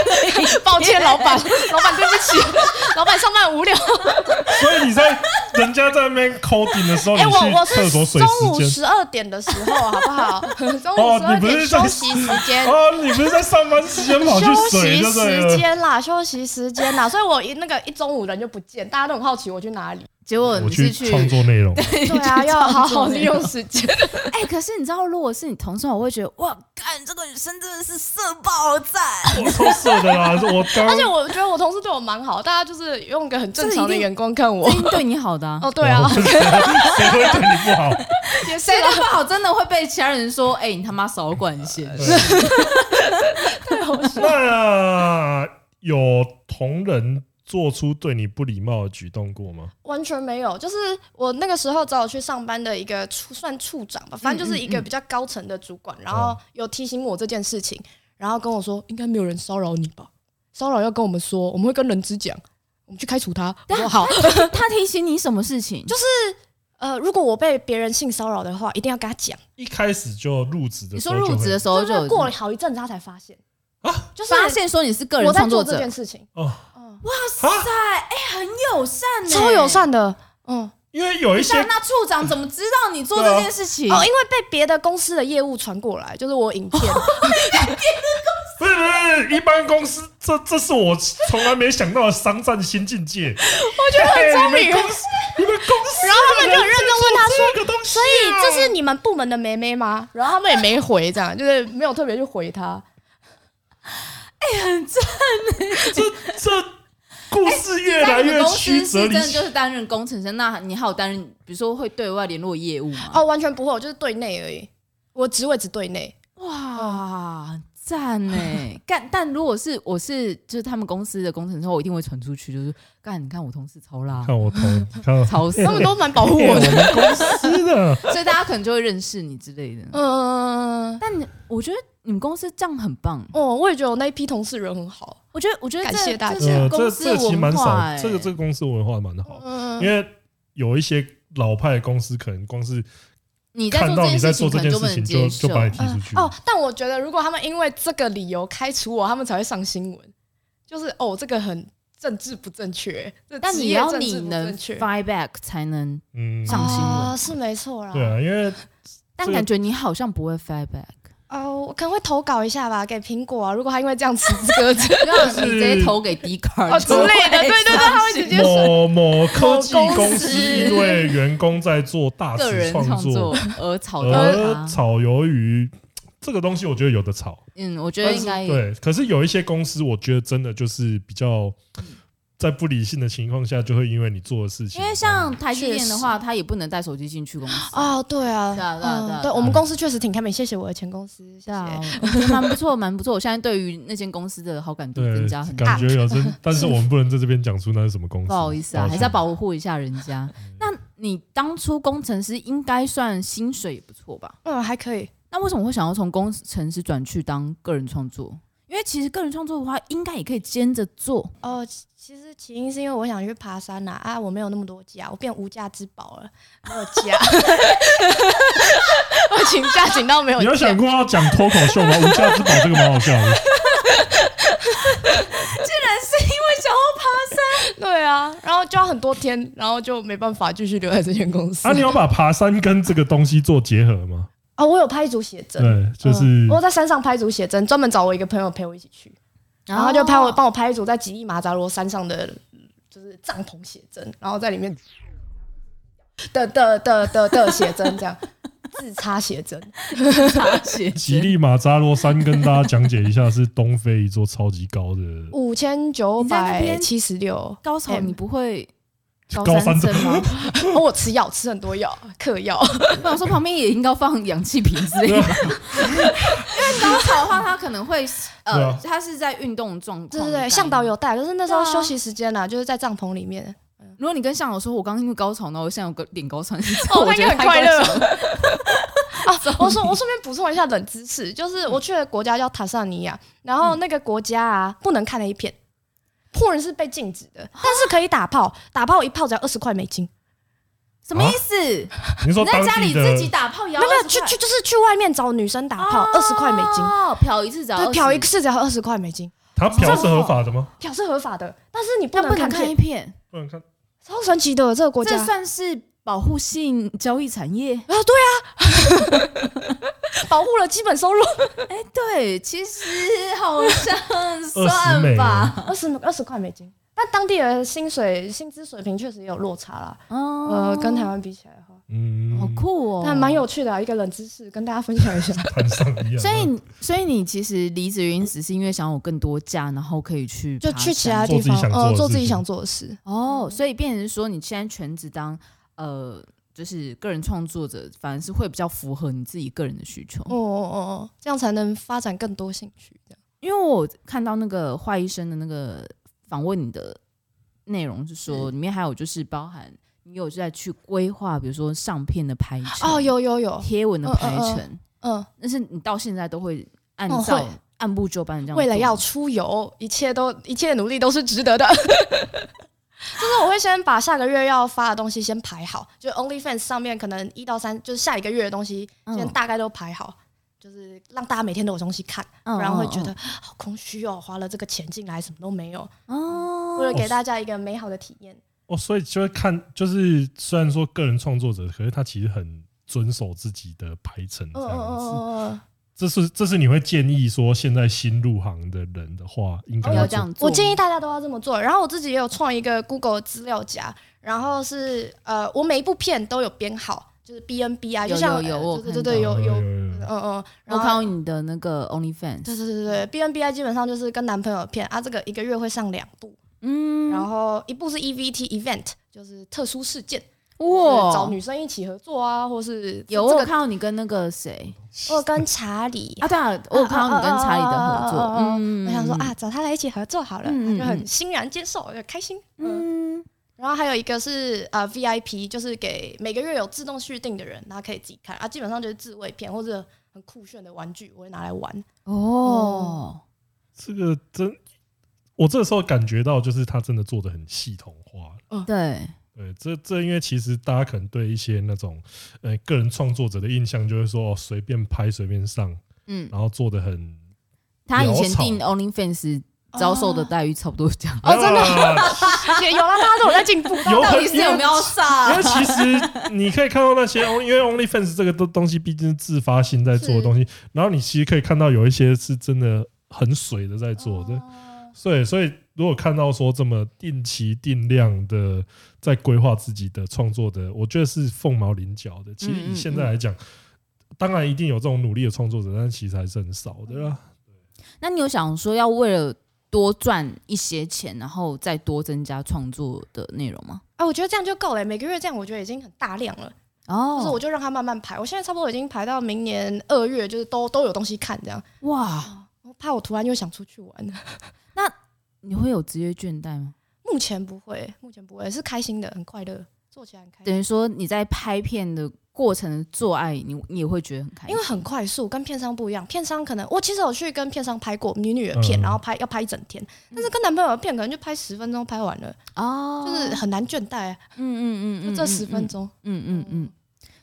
[SPEAKER 3] 抱歉，老板，老板对不起， 老板上班很无聊。
[SPEAKER 1] 所以你在人家在那边 coding 的时候，你
[SPEAKER 3] 哎、我我
[SPEAKER 1] 去厕
[SPEAKER 3] 是
[SPEAKER 1] 所水
[SPEAKER 3] 中午
[SPEAKER 1] 时间。
[SPEAKER 3] 十二点的时候，好 不好？中午
[SPEAKER 1] 哦
[SPEAKER 3] 十二
[SPEAKER 1] 你不
[SPEAKER 3] 点
[SPEAKER 1] 是
[SPEAKER 3] 休
[SPEAKER 1] 在
[SPEAKER 3] 息时 间。
[SPEAKER 1] 哦，你不是在上班时间跑去
[SPEAKER 3] 休
[SPEAKER 1] 水
[SPEAKER 3] 息
[SPEAKER 1] 就对
[SPEAKER 3] 时
[SPEAKER 1] 了。
[SPEAKER 3] 间啦，休息时间啦，所以我一那个一中午人就不见，大家都很好奇我去哪里。
[SPEAKER 2] 结果
[SPEAKER 1] 我
[SPEAKER 2] 你
[SPEAKER 1] 去
[SPEAKER 2] 是去
[SPEAKER 1] 创作内容，
[SPEAKER 3] 对啊，要好好利用时间。
[SPEAKER 2] 哎、可是你知道，如果是你同事，我会觉得哇，干这个女生真的是色爆赞，
[SPEAKER 1] 我超色哦的啦！我刚
[SPEAKER 3] 而且我觉得我同事对我蛮好，大家就是用一个很正常的眼光看我
[SPEAKER 2] 这。一定对你好的、啊。
[SPEAKER 3] 哦，对啊
[SPEAKER 1] 我，就是谁 会对你不好？
[SPEAKER 3] 也是
[SPEAKER 2] 谁
[SPEAKER 3] 啦
[SPEAKER 2] 对不好，真的会被其他人说，哎、你他妈少管闲
[SPEAKER 1] 呃
[SPEAKER 2] 事。
[SPEAKER 1] 那有同仁做出对你不礼貌的举动过吗？
[SPEAKER 3] 完全没有。就是我那个时候找我去上班的一个处算处长吧，反正就是一个比较高层的主管，然后有提醒我这件事情，然后跟我说应该没有人骚扰你吧？骚扰要跟我们说，我们会跟人资讲，我们去开除 他。我说好。
[SPEAKER 2] 他提醒你什么事情？就是
[SPEAKER 3] 呃，如果我被别人性骚扰的话，一定要跟他讲。
[SPEAKER 1] 一开始就入职的
[SPEAKER 2] 你
[SPEAKER 1] 时
[SPEAKER 2] 说
[SPEAKER 1] 候就会，
[SPEAKER 2] 入职的时候就
[SPEAKER 3] 就是
[SPEAKER 2] 有
[SPEAKER 3] 过了好一阵子，他才发现啊，就是
[SPEAKER 2] 发现说你是个人
[SPEAKER 3] 我在
[SPEAKER 2] 创
[SPEAKER 3] 做
[SPEAKER 2] 作者
[SPEAKER 3] 这
[SPEAKER 2] 哎
[SPEAKER 3] 件，事情，
[SPEAKER 1] 哦，
[SPEAKER 3] 嗯，
[SPEAKER 1] 啊，
[SPEAKER 2] 很友善、欸，
[SPEAKER 3] 超友。善的，嗯。
[SPEAKER 1] 因为有一些
[SPEAKER 2] 那那处长怎么知道你做
[SPEAKER 1] 对啊
[SPEAKER 2] 这件事情？
[SPEAKER 3] 哦，因为被别的公司的业务传过来，就是我 影片，
[SPEAKER 1] 不是不是一般公司，这这是我从来没想到的商战新境界。我觉得很聪 明，你们公司，你们公司，
[SPEAKER 3] 然后他们就很认真问他说
[SPEAKER 1] 这个东西
[SPEAKER 3] 所以
[SPEAKER 1] 啊、
[SPEAKER 3] 这是你们部门的梅梅吗？然后他们也没回，这样就是没有特别去回他。
[SPEAKER 1] 这这故事越来
[SPEAKER 2] 在你
[SPEAKER 1] 越
[SPEAKER 2] 们公
[SPEAKER 1] 曲
[SPEAKER 2] 司
[SPEAKER 1] 折
[SPEAKER 2] 是真
[SPEAKER 1] 离
[SPEAKER 2] 的
[SPEAKER 1] 奇
[SPEAKER 2] 就是担任工程师，那你还有担任，比如说会对外联络业务吗？
[SPEAKER 3] 哦，完全不会，我就是对内而已，我职位只对 内。
[SPEAKER 2] 哇，赞呢！干，但如果是我是就是他们公司的工程师，我一定会传出去，就是干，你看我同事超辣，
[SPEAKER 1] 看我呃同看
[SPEAKER 2] 超 色
[SPEAKER 3] 他，们都蛮保护
[SPEAKER 1] 我
[SPEAKER 3] 我的。
[SPEAKER 1] 们公司的，
[SPEAKER 2] 所以大家可能就会认识你之类的。
[SPEAKER 3] 嗯，
[SPEAKER 2] 但我觉得你们公司这样很棒，
[SPEAKER 3] 哦，我也觉得我那一批同事人很好。
[SPEAKER 2] 我觉得我觉得
[SPEAKER 3] 感
[SPEAKER 2] 这
[SPEAKER 3] 谢大家
[SPEAKER 2] 这
[SPEAKER 1] 呃，
[SPEAKER 2] 是
[SPEAKER 1] 这
[SPEAKER 2] 公
[SPEAKER 1] 这
[SPEAKER 2] 司
[SPEAKER 1] 其实蛮
[SPEAKER 2] 文化、
[SPEAKER 1] 少，
[SPEAKER 2] 欸，
[SPEAKER 1] 这个这个公司哎文化蛮好，
[SPEAKER 3] 嗯，
[SPEAKER 1] 因为有一些老派的公司可能光是
[SPEAKER 2] 你在
[SPEAKER 1] 看
[SPEAKER 2] 做
[SPEAKER 1] 到你在
[SPEAKER 2] 这
[SPEAKER 1] 做
[SPEAKER 2] 件
[SPEAKER 1] 这
[SPEAKER 2] 可
[SPEAKER 1] 件
[SPEAKER 2] 能就不
[SPEAKER 1] 事情
[SPEAKER 2] 能
[SPEAKER 1] 就
[SPEAKER 2] 接
[SPEAKER 1] 就
[SPEAKER 2] 受。
[SPEAKER 1] 把你踢出去
[SPEAKER 3] 哦，但我觉得如果他们因为这个理由开除我，他们才会上新闻。就是哦，这个很政治不正确，这
[SPEAKER 2] 但
[SPEAKER 3] 职
[SPEAKER 2] 你
[SPEAKER 3] 业
[SPEAKER 2] 要
[SPEAKER 3] 政
[SPEAKER 2] 你
[SPEAKER 3] 治不
[SPEAKER 2] 能
[SPEAKER 3] 正确
[SPEAKER 2] fight back 才能，
[SPEAKER 1] 嗯，
[SPEAKER 2] 上新闻
[SPEAKER 3] 哦是没错啦。
[SPEAKER 1] 对啊，因为
[SPEAKER 2] 但
[SPEAKER 1] 这个
[SPEAKER 2] 感觉你好像不会 fight back。
[SPEAKER 3] 哦，我可能会投稿一下吧，给苹果啊。如果他因为这样辞职，
[SPEAKER 2] 让你直接投给 D 卡
[SPEAKER 3] 哦之类的，对对对，他会直接
[SPEAKER 1] 某
[SPEAKER 3] 说
[SPEAKER 1] 某科技
[SPEAKER 3] 某
[SPEAKER 1] 公
[SPEAKER 3] 公
[SPEAKER 1] 司
[SPEAKER 3] 司
[SPEAKER 1] 因为员工在做大
[SPEAKER 2] 个
[SPEAKER 1] 词
[SPEAKER 2] 人创
[SPEAKER 1] 啊作
[SPEAKER 2] 作，而炒到
[SPEAKER 1] 而
[SPEAKER 2] 他。
[SPEAKER 1] 炒鱿鱼这个东西，我觉得有的炒，
[SPEAKER 2] 嗯，我觉得
[SPEAKER 1] 但
[SPEAKER 2] 应
[SPEAKER 1] 是
[SPEAKER 2] 该
[SPEAKER 1] 对。可是有一些公司，我觉得真的就是比较在不理性的情况下，就会因为你做的事情，
[SPEAKER 2] 因为像台积电的话，他也不能带手机进去公司。
[SPEAKER 3] 哦，对啊，
[SPEAKER 2] 对啊对啊对啊
[SPEAKER 3] 嗯对，我们公司确实挺开明，谢谢我的前公司，谢
[SPEAKER 2] 对
[SPEAKER 3] 谢。
[SPEAKER 2] 啊，我觉得蛮不错，蛮不错。我现在对于那间公司的好感度
[SPEAKER 1] 对
[SPEAKER 2] 增加很大
[SPEAKER 1] 感，觉有真，但是我们不能在这边讲出那是什么公司，
[SPEAKER 2] 不好意思
[SPEAKER 1] 抱
[SPEAKER 2] 啊，还
[SPEAKER 1] 歉嗯
[SPEAKER 2] 是要保护一下人家。 那你当初工程师应该算薪水也不错吧？
[SPEAKER 3] 嗯，还可以。
[SPEAKER 2] 那为什么会想要从工程师转去当个人创作？因为其实个人创作的话，应该也可以兼着做。
[SPEAKER 3] 哦，其其实起因是因为我想去爬山呐、啊，我没有那么多假，我变无价之宝了，没有假， 我请假请到没有
[SPEAKER 1] 你有
[SPEAKER 3] 假
[SPEAKER 1] 想。过要讲脱口秀吗？无价之宝这个蛮好笑 的，
[SPEAKER 3] 对啊，然后就要很多天，然后就没办法继续留在这间公司。
[SPEAKER 1] 啊，你要把爬山跟这个东西做结合吗？
[SPEAKER 3] 哦，我有拍一组写真，
[SPEAKER 1] 对，就是
[SPEAKER 3] 嗯我在山上拍一组写真，专门找我一个朋友陪我一起去，然后就拍
[SPEAKER 2] 哦
[SPEAKER 3] 我帮我拍一组在吉力马扎罗山上的嗯就是帐篷写真，然后在里面的的的的的写真这样。 自插写真，
[SPEAKER 2] 插 写
[SPEAKER 1] 吉利马扎罗山跟大家讲解一下，是东非一座超级高的
[SPEAKER 3] 五千九
[SPEAKER 2] 你在那
[SPEAKER 3] 百
[SPEAKER 2] 边
[SPEAKER 3] 七十六。
[SPEAKER 2] 高潮，
[SPEAKER 3] M
[SPEAKER 2] 你不会
[SPEAKER 1] 高
[SPEAKER 2] 高
[SPEAKER 1] 三
[SPEAKER 2] 三
[SPEAKER 1] 症
[SPEAKER 2] 症吗？
[SPEAKER 3] 哦，我吃药，吃很多药，嗑药。
[SPEAKER 2] 我想说旁边也应该放氧气瓶之类的，因
[SPEAKER 1] 啊
[SPEAKER 2] 为高潮的话，它可能会
[SPEAKER 1] 对
[SPEAKER 2] 呃
[SPEAKER 1] 啊，
[SPEAKER 2] 它是在运动状况。
[SPEAKER 3] 对对对，向导有。带，可是那时候
[SPEAKER 2] 对啊
[SPEAKER 3] 休息时间啦，就是在帐篷里面。
[SPEAKER 2] 如果你跟向导说，我刚刚因为高潮，然后我现在有个脸高潮，
[SPEAKER 3] 哦
[SPEAKER 2] 我
[SPEAKER 3] 那
[SPEAKER 2] 觉
[SPEAKER 3] 应
[SPEAKER 2] 得
[SPEAKER 3] 该很快乐
[SPEAKER 2] 太高潮了。
[SPEAKER 3] 啊，我说我顺便补充一下冷知识，就是我去的国家叫坦桑尼亚，然后那个国家啊不能看 A 片，破人是被禁止的，但是可以打炮，打炮一炮只要二十块美金。
[SPEAKER 2] 什么意思？
[SPEAKER 1] 你说
[SPEAKER 2] 你在
[SPEAKER 1] 当
[SPEAKER 2] 家
[SPEAKER 1] 地
[SPEAKER 2] 里
[SPEAKER 1] 的
[SPEAKER 2] 自己打炮也要
[SPEAKER 3] 没有没有，
[SPEAKER 2] 20
[SPEAKER 3] 去
[SPEAKER 2] 块
[SPEAKER 3] 去就是去外面找女生打炮，二十块美金，
[SPEAKER 2] 哦，漂一次只要
[SPEAKER 3] 对，嫖一
[SPEAKER 2] 20
[SPEAKER 3] 个，次只要二十块美金，
[SPEAKER 1] 他嫖是合法的吗？
[SPEAKER 3] 嫖是合法的，但是你不
[SPEAKER 2] 但
[SPEAKER 3] 能
[SPEAKER 2] 不
[SPEAKER 3] 看
[SPEAKER 2] 能看一
[SPEAKER 3] 片，
[SPEAKER 2] 片，
[SPEAKER 1] 不能看，
[SPEAKER 3] 超神奇的这个国家
[SPEAKER 2] 这。算是保护性交易 产业。
[SPEAKER 3] 啊，对啊， 保护了基本收入，
[SPEAKER 2] 哎，对，其实好像
[SPEAKER 1] 美哦
[SPEAKER 2] 算吧。
[SPEAKER 3] 二十二十块美金。但当地的薪水薪资水平确实也有落差啦，
[SPEAKER 2] 哦
[SPEAKER 3] 呃，跟台湾比起来的话，
[SPEAKER 1] 嗯，
[SPEAKER 2] 好 酷哦，
[SPEAKER 3] 但蛮有趣的、啊、一个冷知识，跟大家分享 一下。
[SPEAKER 1] 攀上一样。
[SPEAKER 2] 所以你，所以你其实离职原因只是因为想有更多假，然后可以去
[SPEAKER 3] 就
[SPEAKER 2] 爬
[SPEAKER 3] 去其
[SPEAKER 2] 山
[SPEAKER 3] 他地方，呃，
[SPEAKER 1] 做
[SPEAKER 3] 做
[SPEAKER 1] 自
[SPEAKER 3] 自
[SPEAKER 1] 己
[SPEAKER 3] 己
[SPEAKER 1] 想
[SPEAKER 3] 想做的事。
[SPEAKER 2] 哦，所以变成说你现在全职当呃，就是个人创作者，反而是会比较符合你自己个人的需求。
[SPEAKER 3] 哦哦哦，这样才能发展更多兴趣。这样
[SPEAKER 2] 因为我看到那个坏医生的那个访问你的内容是
[SPEAKER 3] 嗯
[SPEAKER 2] 说，里面还有就是包含你有在去规划，比如说上片的排程
[SPEAKER 3] 哦，有有有，
[SPEAKER 2] 贴文的
[SPEAKER 3] 嗯
[SPEAKER 2] 排
[SPEAKER 3] 嗯嗯
[SPEAKER 2] 程，
[SPEAKER 3] 嗯，
[SPEAKER 2] 但是你到现在都会按
[SPEAKER 3] 哦
[SPEAKER 2] 照
[SPEAKER 3] 会
[SPEAKER 2] 按部就班地这样做吗。
[SPEAKER 3] 为了要出游，一切都一切努力都是值得的。 就是我会先把下个月要发的东西先排好，就 OnlyFans 上面可能一到三，就是下一个月的东西
[SPEAKER 2] 嗯
[SPEAKER 3] 先大概都排好，就是让大家每天都有东西看，
[SPEAKER 2] 嗯，
[SPEAKER 3] 不然会觉
[SPEAKER 2] 嗯
[SPEAKER 3] 得好空虚哦，花了这个钱进来什么都没有。
[SPEAKER 2] 嗯哦，
[SPEAKER 3] 为了给大家一个美好的体验，
[SPEAKER 1] 哦，所以就会看，就是虽然说个人创作者，可是他其实很遵守自己的排程
[SPEAKER 3] 嗯
[SPEAKER 1] 这
[SPEAKER 3] 嗯嗯
[SPEAKER 1] 样子。
[SPEAKER 3] 嗯嗯。
[SPEAKER 1] 这是这是你会建议说，现在新入行的人的话，应
[SPEAKER 3] 哦
[SPEAKER 1] 该
[SPEAKER 2] 要这
[SPEAKER 1] 做
[SPEAKER 2] 样做。
[SPEAKER 3] 我建议大家都要这么做。然后我自己也有创一个 Google 资料夹，然后是呃，我每一部片都有编号，就是 B N B 啊，
[SPEAKER 2] 有
[SPEAKER 3] 就像
[SPEAKER 2] 有有
[SPEAKER 3] 呃
[SPEAKER 2] 我看
[SPEAKER 3] 对对
[SPEAKER 2] 到
[SPEAKER 3] 对，有
[SPEAKER 1] 嗯
[SPEAKER 3] 有，
[SPEAKER 1] 有
[SPEAKER 3] 嗯嗯，
[SPEAKER 2] 我
[SPEAKER 3] 然
[SPEAKER 2] 看到
[SPEAKER 3] 后。
[SPEAKER 2] 你的那个 OnlyFans，
[SPEAKER 3] 对对对对对，B N B I 基本上就是跟男朋友的片啊，这个一个月会上两部，
[SPEAKER 2] 嗯，
[SPEAKER 3] 然后一部是 EVT event，就是特殊事件，就是找
[SPEAKER 2] 哇，
[SPEAKER 3] 女生一起合作啊，或是
[SPEAKER 2] 有我
[SPEAKER 3] 这
[SPEAKER 2] 有
[SPEAKER 3] 个
[SPEAKER 2] 看到你跟那个谁
[SPEAKER 3] 我有跟查理
[SPEAKER 2] 啊？对啊，我有看到你跟查理的合
[SPEAKER 3] 啊啊啊啊
[SPEAKER 2] 作
[SPEAKER 3] 啊啊啊，
[SPEAKER 2] 嗯，
[SPEAKER 3] 我想说啊，找他来一起合作好了，
[SPEAKER 2] 嗯嗯
[SPEAKER 3] 他就很欣然接受，就开心。嗯，
[SPEAKER 2] 嗯，
[SPEAKER 3] 然后还有一个是呃 VIP，就是给每个月有自动续订的人，然后可以自己看啊，基本上就是自慰片或者很酷炫的玩具，我会拿来玩。
[SPEAKER 2] 哦，
[SPEAKER 1] 这个真，我这时候感觉到就是他真的做的很系统化。
[SPEAKER 3] 嗯
[SPEAKER 2] 对，
[SPEAKER 1] 对，这这因为其实大家可能对一些那种呃个人创作者的印象就是说哦随便拍随便上，
[SPEAKER 2] 嗯，
[SPEAKER 1] 然后做的很
[SPEAKER 2] 他以前
[SPEAKER 1] 潦草
[SPEAKER 2] 订 OnlyFans 遭受的待遇差不多是这样，
[SPEAKER 3] 哦 真的
[SPEAKER 1] 的
[SPEAKER 3] 也有啦，大 家都有啊在进步。
[SPEAKER 1] 有
[SPEAKER 2] 到
[SPEAKER 1] 很
[SPEAKER 2] 底是有没有
[SPEAKER 1] 因为
[SPEAKER 2] 上？
[SPEAKER 1] 其实你可以看到那 些，因为 OnlyFans 这个东东西毕竟是自发性在做的东西，
[SPEAKER 2] 嗯
[SPEAKER 1] 然后你其实可以看到有一些是真的很水的在做
[SPEAKER 2] 哦
[SPEAKER 1] 的，
[SPEAKER 3] 哦
[SPEAKER 1] 所以所以如果看到说这么定期定量的在规划自己的创作的，我觉得是凤毛麟角的。其实
[SPEAKER 2] 嗯嗯
[SPEAKER 1] 以现在来讲，当然一定有这种努力的创作者，但是其实还是很少的啦。
[SPEAKER 2] 哦那你有想说要为了多赚一些钱，然后再多增加创作的内容吗？
[SPEAKER 3] 啊，我觉得这样就够了，每个月这样我觉得已经很大量了。
[SPEAKER 2] 哦，
[SPEAKER 3] 就是我就让他慢慢排，我现在差不多已经排到明年二月，就是都都有东西看这样。
[SPEAKER 2] 哇，
[SPEAKER 3] 我怕我突然又想出去玩了。
[SPEAKER 2] 你会有职业倦怠吗？
[SPEAKER 3] 目前不会，目前不会，是开心的，很快乐，做起来很开心
[SPEAKER 2] 等。于说你在拍片的过程做爱，你你也会觉得很开心，
[SPEAKER 3] 因为很快速，跟片商不一样。片商可能我其实有去跟片商拍过女女的片，
[SPEAKER 1] 嗯
[SPEAKER 3] 然后拍要拍一整天，但是跟男朋友的片可能就拍十分钟拍完了，
[SPEAKER 2] 哦，
[SPEAKER 3] 就是很难倦怠、啊。
[SPEAKER 2] 嗯嗯嗯
[SPEAKER 3] 就
[SPEAKER 2] 嗯，
[SPEAKER 3] 这十分钟，
[SPEAKER 2] 嗯，嗯嗯嗯。